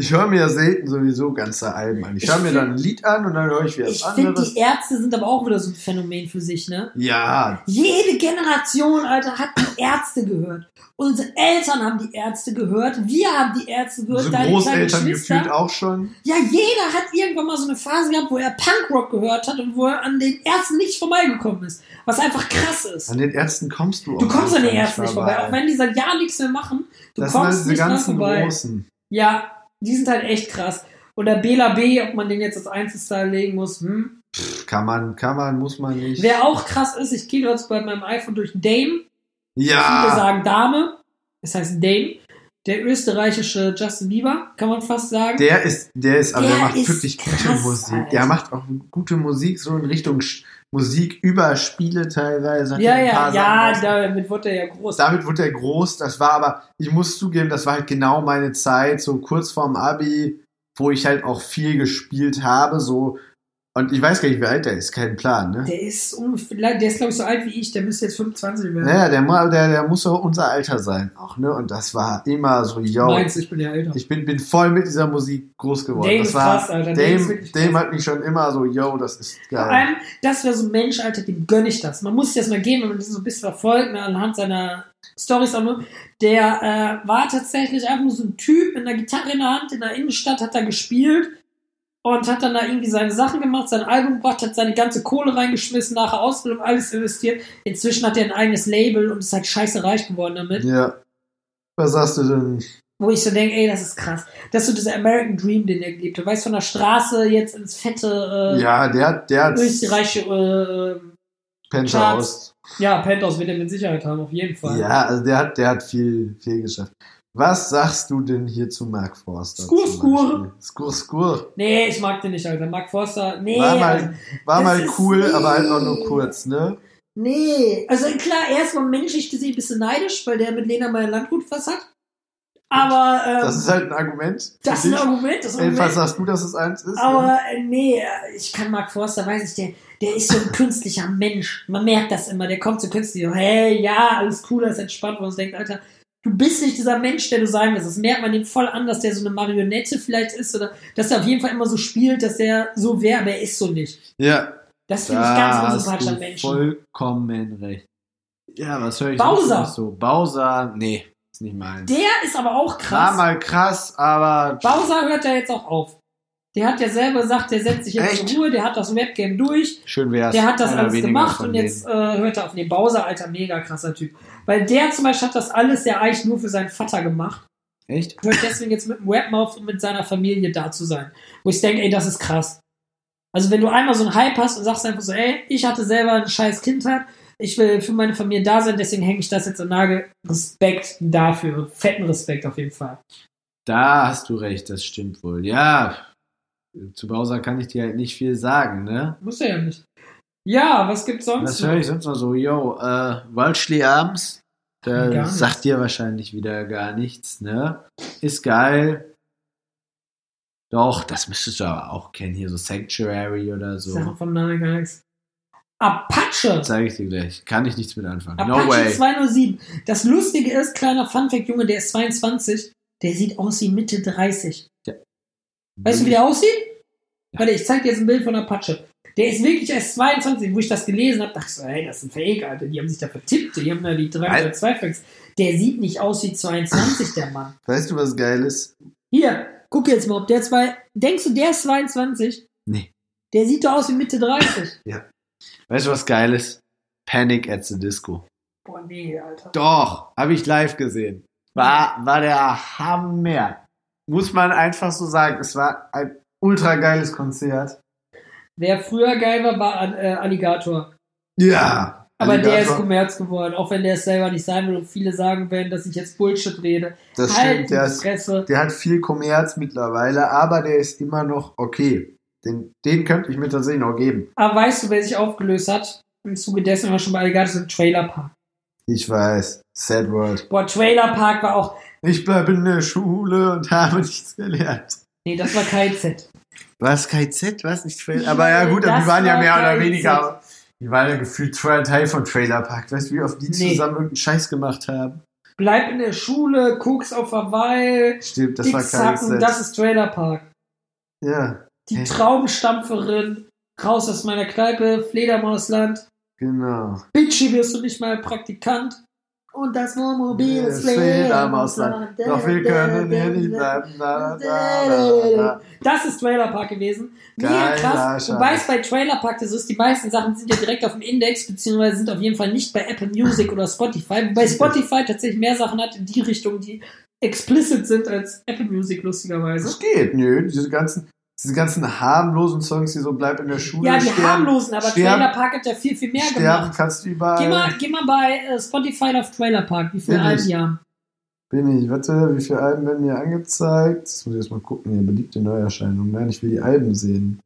Ich höre mir ja selten sowieso ganze Alben an. Ich
Ich
höre mir
find-
dann ein Lied an und dann höre ich wieder
Ich
was
finde,
anderes.
die Ärzte sind aber auch wieder so ein Phänomen für sich, ne?
Ja,
Jede Generation, Alter, hat die Ärzte gehört. Unsere Eltern haben die Ärzte gehört. Wir haben die Ärzte gehört.
so
deine kleinen
Großeltern
Geschwister.
gefühlt auch schon.
Ja, jeder hat irgendwann mal so eine Phase gehabt, wo er Punkrock gehört hat und wo er an den Ärzten nicht vorbeigekommen ist. Was einfach krass ist.
An den Ärzten kommst du auch.
Du kommst an den
einfach
Ärzten nicht vorbei. Auch wenn die seit Jahren nichts mehr machen, du
das sind
kommst
halt diese
nicht dran
ganzen
vorbei.
Großen.
Ja, die sind halt echt krass. Oder Bela B, ob man den jetzt als Einzelstar legen muss, hm?
Kann man, kann man, muss man nicht.
Wer auch krass ist, ich gehe gerade bei meinem iPhone durch Dame. Viele
ja,
sagen Dame, das heißt Dame. Der österreichische Justin Bieber, kann man fast sagen.
der ist, der ist, aber der,
Der
macht
ist
wirklich gute
krass,
Musik.
Alter.
Der macht auch gute Musik, so in Richtung Sch- Musik über Spiele teilweise. Hat
ja,
ein paar
ja,
Sachen
ja,
raus-
damit wurde er ja groß.
Damit wurde er groß, das war aber, ich muss zugeben, das war halt genau meine Zeit, so kurz vorm Abi, wo ich halt auch viel gespielt habe, so
Und ich weiß gar nicht, wie alt der ist, kein Plan, ne?
Der ist, ungefähr, der ist glaube ich, so alt wie ich. Der müsste jetzt 25 werden.
Naja, der, mu- der, der muss doch unser Alter sein auch, ne? Und das war immer so, yo.
Meinst du, ich bin ja älter.
Ich bin, bin voll mit dieser Musik groß geworden.
Dame
das
ist
war,
krass, Alter. Dame
Dame,
ist wirklich
Dame,
krass.
hat mich schon immer so, yo, das ist
Vor
geil.
allem, das wäre so ein Mensch, Alter, dem gönne ich das. Man muss sich das mal geben, wenn man das so ein bisschen verfolgt, ne, anhand seiner Storys auch nur. Der äh, war tatsächlich einfach nur so ein Typ mit einer Gitarre in der Hand in der Innenstadt, hat da gespielt und hat dann da irgendwie seine Sachen gemacht, sein Album gebracht, hat seine ganze Kohle reingeschmissen, nachher Ausbildung, alles investiert. Inzwischen hat er ein eigenes Label und ist halt scheiße reich geworden damit.
Ja. Was sagst du denn?
Wo ich so denke, ey, das ist krass. Das ist so dieser American Dream, den er gelebt hat. Weißt du, von der Straße jetzt ins fette, äh,
Ja, der hat, der hat
österreichische, äh,
Penthouse.
Ja, Penthouse wird er mit Sicherheit haben, auf jeden Fall.
Ja, also der hat, der hat viel, viel geschafft. Was sagst du denn hier zu Mark Forster?
Skur,
zum
skur.
Beispiel? Skur, skur.
Nee, ich mag den nicht, Alter. Mark Forster, nee.
War mal, war
das
mal
ist
cool,
nie-
aber halt auch nur kurz, ne?
Nee. Also klar, erstmal menschlich gesehen ein bisschen neidisch, weil der mit Lena mal Landgut was hat. Aber ähm,
Das ist halt ein Argument. für
das ist ein
dich.
Argument, das ist ein
Jedenfalls
Argument.
sagst du, dass es eins ist. ne?
Aber äh, nee, ich kann Mark Forster, weiß ich, der, der ist so ein künstlicher Mensch. Man merkt das immer, der kommt so künstlich, so, hey, ja, alles cool, alles entspannt, wo man sich denkt, Alter, du bist nicht dieser Mensch, der du sein willst. Das merkt man dem voll an, dass der so eine Marionette vielleicht ist oder dass er auf jeden Fall immer so spielt, dass er so wäre, aber er ist so nicht.
Ja,
Das finde ich
Da
ganz unsympathisch
hast du
an Menschen.
vollkommen recht. Ja, was höre ich
Bowser.
sonst noch so? Bowser, nee, ist nicht meins.
Der ist aber auch
war
krass.
mal krass, aber
Bowser hört ja jetzt auch auf. Der hat ja selber gesagt, der setzt sich jetzt
Echt?
in Ruhe, der hat das Webgame durch.
Schön wär's.
Der hat das
Einer
alles
weniger
gemacht
von
und
denen.
jetzt äh, hört er auf den Bowser, alter, mega krasser Typ. Weil der zum Beispiel hat das alles ja eigentlich nur für seinen Vater gemacht.
Echt?
Hört deswegen jetzt mit dem Rappen auf, um mit seiner Familie da zu sein. Wo ich denke, ey, das ist krass. Also wenn du einmal so einen Hype hast und sagst einfach so, ey, ich hatte selber eine scheiß Kindheit, ich will für meine Familie da sein, deswegen hänge ich das jetzt an den Nagel. Respekt dafür. Fetten Respekt auf jeden Fall.
Da hast du recht, das stimmt wohl. Ja, zu Bowser kann ich dir halt nicht viel sagen, ne?
Muss er ja nicht. Ja, was gibt's sonst?
Was
noch?
höre ich sonst noch so? Yo, äh, Walschli abends,
Gar
da
nichts.
sagt dir wahrscheinlich wieder gar nichts, ne? Ist geil. Doch, das müsstest du aber auch kennen, hier so Sanctuary oder
Sachen
so.
von Nagel gar nichts. Apache!
Zeige ich dir gleich. Kann ich nichts mit anfangen.
Apache
No way.
207. Das Lustige ist, kleiner Funfact, Junge, der ist 22. Der sieht aus wie Mitte 30. Weißt du, wie der aussieht?
Ja.
Warte, ich zeig dir jetzt ein Bild von Apache. Der ist wirklich erst 22. Wo ich das gelesen habe, dachte ich so, ey, das ist ein Fake, Alter. Die haben sich da vertippt. Die haben da die 3 oder 2 Facts. Der sieht nicht aus wie 22, der Mann.
weißt du, was geil ist?
Hier, guck jetzt mal, ob der zwei. Denkst du, der ist 22?
Nee.
Der sieht doch aus wie Mitte 30.
Weißt du, was geil ist? Panic at the Disco.
Boah, nee, Alter.
Doch, habe ich live gesehen. War, war der Hammer.
Muss man einfach so sagen. Es war ein ultra geiles Konzert.
Wer früher geil war, war äh, Alligator.
Ja. Also
Aber der ist
Alligator.
Kommerz geworden, auch wenn der es selber nicht sein will und viele sagen werden, dass ich jetzt Bullshit rede.
Das
halt
stimmt,
die
der ist
Fresse.
Der hat viel Kommerz mittlerweile, aber der ist immer noch okay. Den, den könnte ich mir tatsächlich noch geben.
Aber weißt du, wer sich aufgelöst hat? Im Zuge dessen wenn wir schon bei Alligator sind, Trailer Park.
Ich weiß. Sad World.
Boah, Trailer Park war auch.
Ich bleibe in der Schule und <laughs> habe nichts gelernt.
Nee, das war KZ.
Was? KZ? Was? Nicht Trailer?
Ja,
Aber ja, gut,
das
die waren ja
war
mehr oder
KZ.
weniger. aber Die waren ja gefühlt Teil Teil von Trailer Park. Weißt du, wie oft die
Nee.
zusammen irgendeinen Scheiß gemacht haben?
Bleib in der Schule, guck's auf Hawaii,
Stimmt, das war
Dicks Hacken,
KZ.
das ist Trailer Park.
ja,
Die
Hä?
Traumstampferin, raus aus meiner Kneipe, Fledermausland,
genau.
Bitchy wirst du nicht mal Praktikant. Und das Wohnmobil
Wir
ist
stehen am Ausland.
Fledermausland.
Doch wir können hier nicht bleiben. Da, da, da, da.
Das ist Trailer Park gewesen. Mega
Geiler
krass.
Scheiß.
Wobei es bei Trailer Park das ist, die meisten Sachen sind ja direkt auf dem Index, beziehungsweise sind auf jeden Fall nicht bei Apple Music oder Spotify. Wobei Spotify tatsächlich mehr Sachen hat in die Richtung, die explicit sind als Apple Music, lustigerweise.
Das geht, nö. Diese ganzen, diese ganzen harmlosen Songs, die so bleib in der Schule.
Ja, die
sterben,
harmlosen, aber
sterben-
Trailer Park hat ja viel, viel mehr
sterben
gemacht.
kannst du
Geh
überall.
mal, geh mal bei äh, Spotify auf Trailer Park, wie viele
Bin
Alben
ich.
die haben.
Bin ich, warte, wie viele Alben werden mir angezeigt? Das muss ich erst mal gucken, hier beliebte Neuerscheinungen. Nein, ich will die Alben sehen.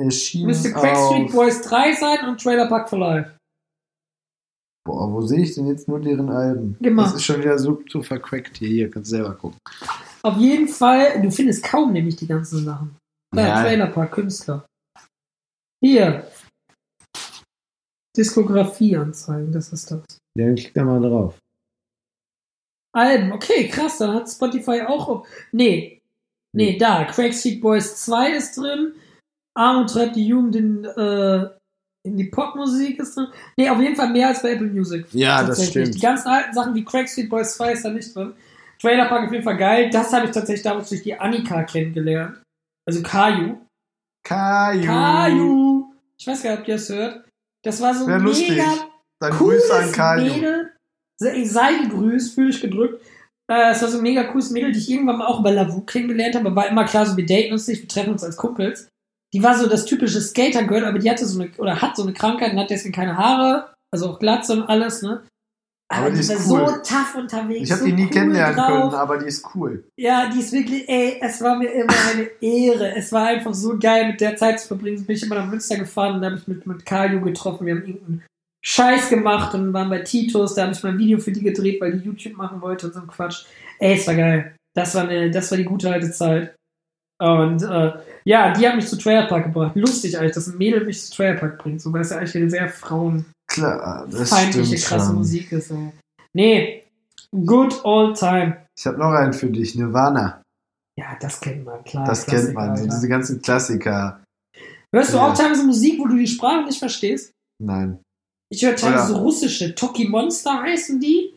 Erschienen
Müsste Crack Street
auf...
Boys 3 sein und Trailer Park for Life.
Boah, wo sehe ich denn jetzt nur deren Alben?
Geh mal.
Das ist schon wieder so...
So verquackt hier, hier, kannst selber gucken.
Auf jeden Fall, du findest kaum nämlich die ganzen Sachen. Nein,
Ja.
Trailerpark, Künstler. Hier. Diskografie anzeigen, das ist das.
Ja, klick da mal drauf.
Alben, okay, krass, dann hat Spotify auch. Op nee. Nee, da. Craig Street Boys 2 ist drin. Armut treibt die Jugend in, äh, in die Popmusik ist drin. Nee, auf jeden Fall mehr als bei Apple Music.
Ja, Ah, das
Tatsächlich.
stimmt.
Die ganzen alten Sachen wie Craig Street Boys 2 ist da nicht drin. Trailer Park auf jeden Fall geil. Das habe ich tatsächlich damals durch die Annika kennengelernt. Also Caillou.
Mhm.
Caillou.
Caillou. Ich weiß gar nicht, ob ihr das hört. Das war so
Wär
mega
lustig. Dann
cooles
Grüße an Caillou.
Mädel. Sei, sei gegrüßt, fühle ich gedrückt. Äh, Es war so ein mega cooles Mädel, die ich irgendwann mal auch über Lavu kennengelernt habe. War immer klar, so wir daten uns nicht, wir treffen uns als Kumpels. Die war so das typische Skater-Girl, aber die hatte so eine, oder hat so eine Krankheit und hat deswegen keine Haare, also auch Glatze und alles, ne? Aber,
Aber
die
die ist
war
cool.
so tough unterwegs.
Ich habe
so
die nie
cool
kennenlernen
drauf.
können, aber die ist cool.
Ja, die ist wirklich, ey, es war mir immer eine Ehre. Es war einfach so geil, mit der Zeit zu verbringen. Bin ich immer nach Münster gefahren und da habe ich mit, mit Caillou getroffen. Wir haben irgendeinen Scheiß gemacht und waren bei Titos. Da habe ich mal ein Video für die gedreht, weil die YouTube machen wollte und so ein Quatsch. Ey, es war geil. Das war, eine, das war die gute alte Zeit. Und äh, ja, die hat mich zu Trailer Park gebracht. Lustig eigentlich, dass ein Mädel mich zu Trailer Park bringt. So, weil es ja eigentlich eine sehr Frauen
Klar, das
feindliche,
stimmt
krasse
schon.
Musik ist. Ey. Nee, good old time.
Ich habe noch einen für dich, Nirvana.
Ja, das kennt man, klar.
Das kennt man, so
Ah, Klassiker, also.
diese ganzen Klassiker.
Hörst du
Ja.
auch teilweise Musik, wo du die Sprache nicht verstehst?
Nein,
Ich höre teilweise
Ja.
russische, Toki Monster heißen die.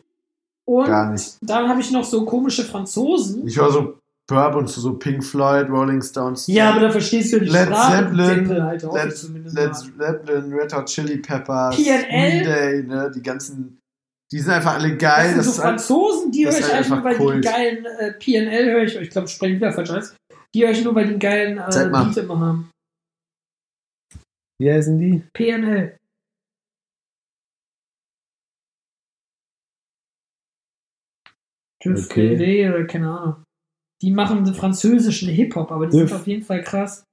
Und
gar nicht.
dann habe ich noch so komische Franzosen.
Ich höre so Purp und so Pink Floyd, Rolling Stones.
Ja, aber da verstehst du die
Led
Sprache.
Zeppelin,
Tempel, Alter, hoffe ich
Led,
zumindest
Led
mal.
Zeppelin, Red Hot Chili Peppers,
PNL.
Green Day, ne, die ganzen, die sind einfach alle
Das
geil.
sind
Das
so
ist halt,
Franzosen, die höre
das
ich
ist halt
eigentlich nur,
einfach
weil die
Kult.
einen geilen äh, PNL höre ich. Ich glaube, ich spreche wieder falsch aus. Die höre ich nur, weil die einen geilen äh,
Zeig mal.
Beat immer haben.
Wie heißen die?
PNL. Tüff
Okay.
Ferré oder keine Ahnung. Die machen den französischen Hip-Hop, aber die sind
Tüff.
auf jeden Fall krass.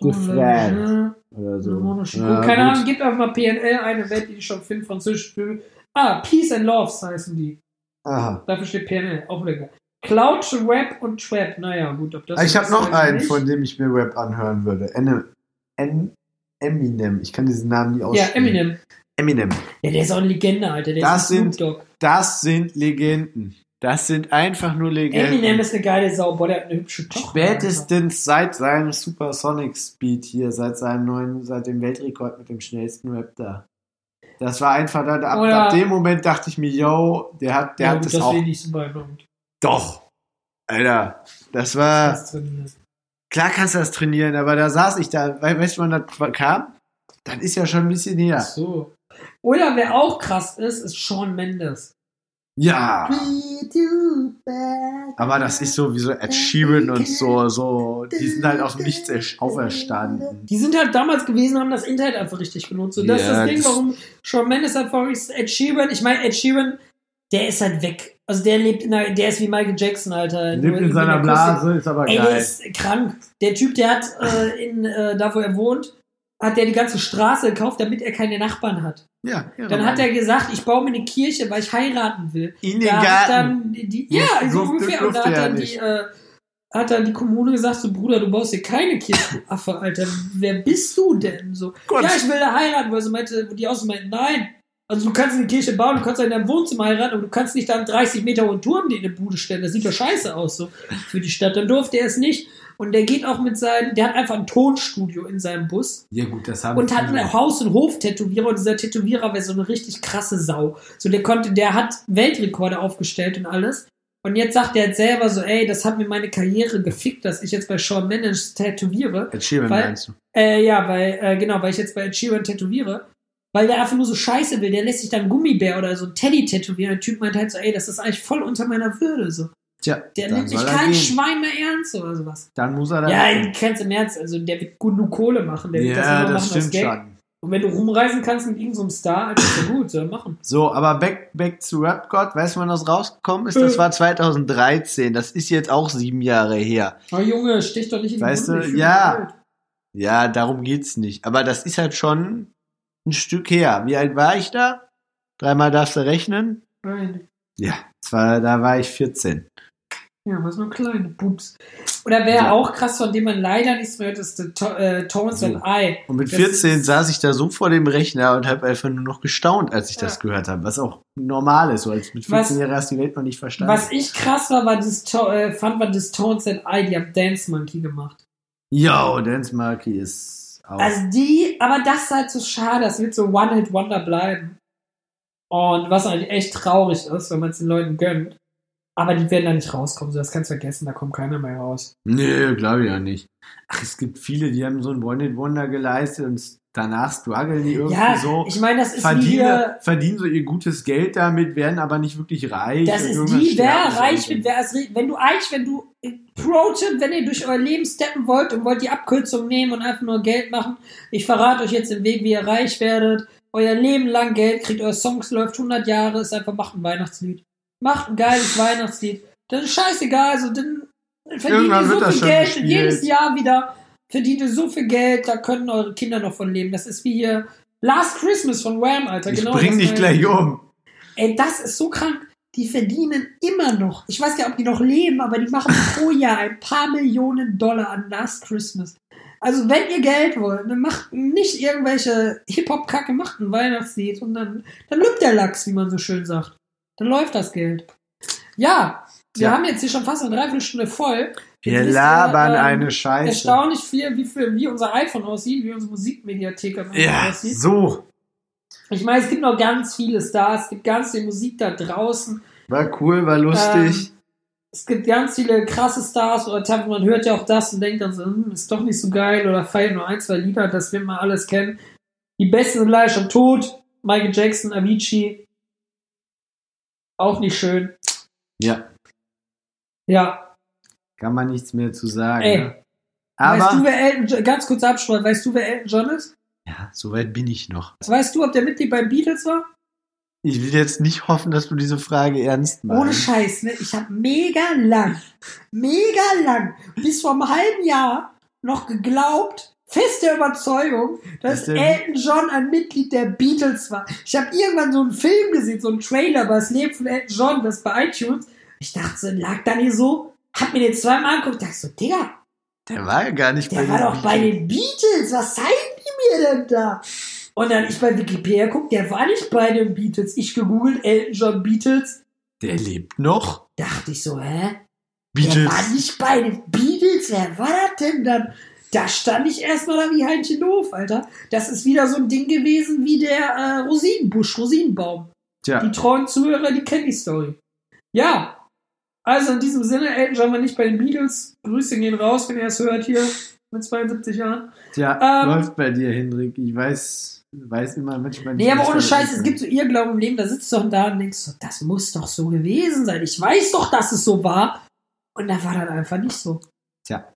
Tüff Ferré. Oder so.
Ja, keine Ahnung, gib einfach mal PNL eine Welt, die ich schon finde, französisch. Ah, Peace and Love heißen die.
aha.
Dafür steht PNL, auch lecker. Cloud, Rap und Trap. Naja, gut, ob das.
Ah,
Ah,
Ich habe
das
noch
weiß ich
einen,
nicht.
von dem ich mir Rap anhören würde. Enne- En- Eminem. Ich kann diesen Namen nie
Ja,
aussprechen.
Eminem.
Eminem.
Ja, der ist auch eine Legende, Alter. Der
Das
ist ein
sind-
Snoop Dogg.
Das sind Legenden. Das sind einfach nur Legenden.
Eminem ist eine geile Sau, boah, der hat eine hübsche Tochter.
Spätestens seit seinem Supersonic Speed hier, seit seinem neuen, seit dem Weltrekord mit dem schnellsten Rap da. Das war einfach, da, ab,
Oder-
ab dem Moment dachte ich mir, yo, der hat, der
ja,
hat
gut,
das,
das
auch.
will ich nicht so beeindruckend.
Doch. Alter, das war,
Das trainiert.
klar kannst du das trainieren, aber da saß ich da, weil, weißt du, wann das kam? Das ist ja schon ein bisschen
Ach
her.
So. Oder wer auch krass ist, ist Sean Mendes.
Ja,
Aber
Ah. aber das ist sowieso Ed Sheeran und so, so, die sind halt aus dem Nichts ersch- auferstanden.
Die sind halt damals gewesen, haben das Internet einfach richtig genutzt. Und das ist
Ja,
das Ding,
das-
warum Shawn Mendes einfach ist Ed Sheeran. Ich meine, Ed Sheeran, der ist halt weg. Also der lebt in einer, der ist wie Michael Jackson, Alter. Nur
Lebt in seiner
der
Blase, ist aber
Ey, der
geil.
ist krank. Der Typ, der hat äh, in, äh, da, wo er wohnt, hat der die ganze Straße gekauft, damit er keine Nachbarn hat.
Ja, ja,
Dann hat er gesagt, ich baue mir eine Kirche, weil ich heiraten will.
in
Da
den
hat
Garten.
dann die, ja, so
Durfte-
ungefähr. Und da
durfte
hat
er
dann, die,
nicht.
äh, hat dann die Kommune gesagt, so Bruder, du baust hier keine Kirche, du Affe, Alter. Wer bist du denn? So,
Gott.
ja, ich will da heiraten, weil sie meinte, wo die Außen meinten, nein. Also du kannst eine Kirche bauen, du kannst in deinem Wohnzimmer heiraten, aber du kannst nicht da einen 30 Meter hohen Turm dir in eine Bude stellen. Das sieht doch scheiße aus so für die Stadt. Dann durfte er es nicht. Und der geht auch mit seinem, der hat einfach ein Tonstudio in seinem Bus
Ja, gut, das haben
und
viele.
hat einen Haus- und Hof-Tätowierer und dieser Tätowierer wäre so eine richtig krasse Sau. So, der konnte, der hat Weltrekorde aufgestellt und alles. Und jetzt sagt er jetzt selber so, ey, das hat mir meine Karriere gefickt, dass ich jetzt bei Shawn Mendes tätowiere.
Ed Sheeran
Weil-
meinst du?
Äh, ja, weil, äh, genau, weil ich jetzt bei Ed Sheeran tätowiere. Weil der einfach nur so scheiße will. Der lässt sich dann Gummibär oder so ein Teddy tätowieren. Der Typ meint halt so, ey, das ist eigentlich voll unter meiner Würde, so.
Tja,
Der
dann
nimmt mich
soll er
kein
gehen.
Schwein mehr ernst oder sowas.
Dann muss er da.
Ja, ganz im Ernst, also der wird genug Kohle machen. Der wird das,
Ja,
immer
das
machen als
stimmt
Gag.
schon.
Und wenn du rumreisen kannst mit irgendeinem Star, Alter, ist ja gut, soll er machen.
So, aber back, back zu Rap God. Weißt du, wann das rausgekommen ist? Das
Äh.
war 2013. Das ist jetzt auch sieben Jahre her.
Oh Junge, stich doch nicht in die
Weißt
Wunde,
du,
ich fühl
ja.
mich alt.
Ja, darum geht's nicht. Aber das ist halt schon ein Stück her. Wie alt war ich da? Dreimal darfst du rechnen.
Nein.
Zwar, da war ich 14.
Ja, was nur kleine Pups. Oder wäre
Ja.
auch krass, von dem man leider nichts mehr hört, ist The to äh, Tones and I.
Und mit
Das
14
ist-
saß ich da so vor dem Rechner und habe einfach nur noch gestaunt, als ich
Ja.
das gehört habe. Was auch normal ist, weil mit
Was-
14 Jahren hast du die Welt noch nicht verstanden.
Was ich krass war, war das to äh, fand, war das Tones and I, die haben Dance Monkey gemacht.
Yo, Dance Monkey ist auch.
Also die, aber das ist halt so schade, das wird so One-Hit-Wonder bleiben. Und was eigentlich echt traurig ist, wenn man es den Leuten gönnt. Aber die werden da nicht rauskommen, so das kannst du vergessen, da kommt keiner mehr raus.
nee, glaube ich ja nicht. Ach, es gibt viele, die haben so ein One-Hit Wonder geleistet und danach strugglen die irgendwie
Ja,
so.
ich meine, das ist wie
Verdienen,
hier,
verdienen so ihr gutes Geld damit, werden aber nicht wirklich reich.
das
und
ist
irgendwann
die, wer
sterben sie
reich
irgendwie.
wird, wer ist reich. Wenn du reich, wenn du Pro-Tipp, wenn ihr durch euer Leben steppen wollt und wollt die Abkürzung nehmen und einfach nur Geld machen, ich verrate euch jetzt den Weg, wie ihr reich werdet. Euer Leben lang Geld kriegt, euer Songs läuft 100 Jahre, ist einfach, macht ein Weihnachtslied. Macht ein geiles Weihnachtslied. Das ist scheißegal, also dann verdient
Irgendwann
ihr
wird
so
das
viel
schon
Geld
gespielt.
jedes Jahr wieder. Verdient ihr so viel Geld, da können eure Kinder noch von leben. Das ist wie hier Last Christmas von Wham, Alter.
Ich
genau
bring
das
dich
meine-
gleich um.
Ey, das ist so krank. Die verdienen immer noch. Ich weiß ja, ob die noch leben, aber die
<laughs>
machen pro Jahr ein paar Millionen Dollar an Last Christmas. Also, wenn ihr Geld wollt, dann macht nicht irgendwelche Hip-Hop-Kacke, macht ein Weihnachtslied und dann, dann lübt der Lachs, wie man so schön sagt. Dann läuft das Geld. Ja, wir
Tja.
haben jetzt hier schon fast eine Dreiviertelstunde voll.
Wir
Jetzt wisst ihr,
labern
ähm,
eine Scheiße.
Erstaunlich viel, wie, viel, wie unser iPhone aussieht, wie unsere Musikmediathek am iPhone
Ja,
aussieht.
so.
Ich meine, es gibt noch ganz viele Stars, es gibt ganz viel Musik da draußen.
War cool, war
Ähm,
lustig.
es gibt ganz viele krasse Stars oder teilweise man hört ja auch das und denkt dann so, hm, ist doch nicht so geil oder feiert nur ein, zwei Lieder, das wird man alles kennen. Die Besten sind leider schon tot. Michael Jackson, Avicii. Auch nicht schön.
ja,
Ja,
kann man nichts mehr zu sagen.
ey.
ne? Aber,
weißt du, wer Elton John, ganz kurz abschreiben, weißt du, wer Elton John ist?
ja, soweit bin ich noch.
Weißt du, ob der Mitglied bei Beatles war?
Ich will jetzt nicht hoffen, dass du diese Frage ernst
Ohne
meinst.
Scheiß, ne? Ich habe mega lang, mega lang, bis vor einem halben Jahr noch geglaubt, fest der Überzeugung, dass
Dass der-
Elton John ein Mitglied der Beatles war. Ich habe irgendwann so einen Film gesehen, so einen Trailer über das Leben von Elton John, das bei iTunes. Ich dachte, so, lag da nicht so, hab mir den zweimal angeguckt, dachte so, Digga,
Der war ja gar nicht
der
bei
war
den
doch bei den Beatles. Was zeigen die mir denn da? Und dann ich bei Wikipedia guck, der war nicht bei den Beatles. Ich gegoogelt Elton John Beatles.
Der lebt noch.
Dachte ich so, hä? Der war
Beatles.
nicht bei den Beatles. Wer war das denn dann? Da stand ich erstmal da wie Heinchen doof, Alter. Das ist wieder so ein Ding gewesen wie der äh, Rosinenbusch, Rosinenbaum.
Tja,
Die treuen Zuhörer, die kennen die Story. Ja. Also in diesem Sinne, Elton John war nicht bei den Beatles. Grüße gehen raus, wenn ihr es hört hier mit 72 Jahren.
tja
ähm,
läuft bei dir, Hendrik. Ich weiß, weiß immer manchmal
Nee, aber ohne
was da
Scheiß,
ist.
es gibt so Irrglauben im Leben, da sitzt du doch da und denkst so, das muss doch so gewesen sein. Ich weiß doch, dass es so war. Und da war dann einfach nicht so.
Tja.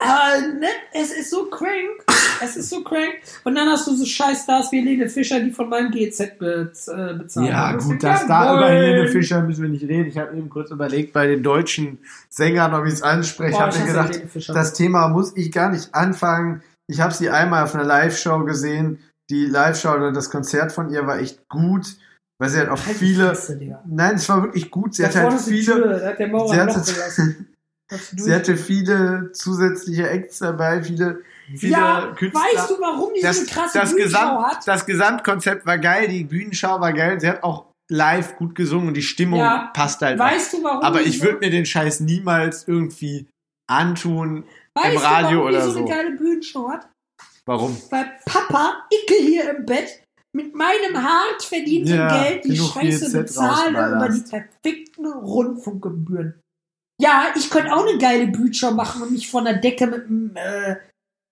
Aber ne, es ist so crank. Es ist so crank. Und dann hast du so scheiß Stars wie Helene Fischer, die von meinem GZ be äh, bezahlt
Ja,
wird.
gut,
Ja,
dass da über
moin.
Helene Fischer müssen wir nicht reden. Ich habe eben kurz überlegt bei den deutschen Sängern, ob ich es anspreche.
Boah,
Hab
ich
mir
hasse
gedacht,
Helene Fischer.
Das Thema muss ich gar nicht anfangen. Ich habe sie einmal auf einer Live-Show gesehen. Die Live-Show oder das Konzert von ihr war echt gut, weil sie hat auch
Halt die
viele.
Fresse, Digga.
Nein, es war wirklich gut. Sie
Da
hat halt
vorne ist die
viele.
Tür, da hat der Maurer
Sie
ein Loch
halt-
hatte,
gelassen.
<laughs>
Darfst du
sie hatte viele zusätzliche Acts dabei, viele, viele
ja,
Künstler.
weißt du, warum die so
das,
eine krasse
das,
Bühnenshow
Gesamt,
hat?
das Gesamtkonzept war geil, die Bühnenschau war geil. Sie hat auch live gut gesungen und die Stimmung
Ja,
passt halt. auch.
Weißt du, warum
aber
die
ich
so-
würde mir den Scheiß niemals irgendwie antun.
Weißt
Im Radio
du, warum
oder
die so eine
so.
geile Bühnenshow hat?
Warum?
Weil Papa Icke hier im Bett mit meinem hart verdienten
Ja,
Geld die
genug
Scheiße
GZ
bezahlt über die
rausballast.
verfickten Rundfunkgebühren. Ja, ich könnte auch eine geile Bücher machen und mich von der Decke mit einem äh,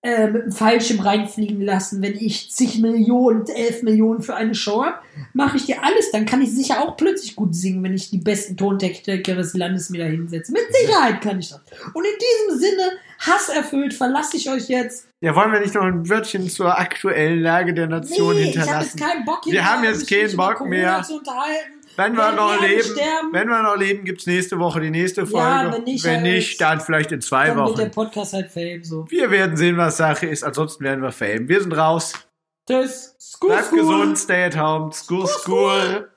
äh, mit einem Fallschirm reinfliegen lassen, wenn ich zig Millionen, elf Millionen für eine Show habe, mache ich dir alles, dann kann ich sicher auch plötzlich gut singen, wenn ich die besten Tontechniker des Landes mir da hinsetze. Mit Sicherheit kann ich das. Und in diesem Sinne, hasserfüllt, verlasse ich euch jetzt
Ja, wollen wir nicht noch ein Wörtchen zur aktuellen Lage der Nation
Nee, ich habe jetzt
hinterlassen?
keinen Bock hier
Wir
mehr,
haben jetzt
mich
keinen
nicht über
Bock
Corona
mehr.
Zu unterhalten.
Wenn wir
Wenn
noch
wir alle
leben,
sterben-
wenn wir noch leben, gibt's nächste Woche die nächste Folge.
Ja, wenn nicht, halt-
dann vielleicht in zwei
Dann wird der
Wochen.
Podcast halt fame so.
Wir werden sehen, was Sache ist. Ansonsten werden wir fame. Wir sind raus.
Tschüss. Skur,
Bleibt
skur.
gesund, stay at home. Skur, skur.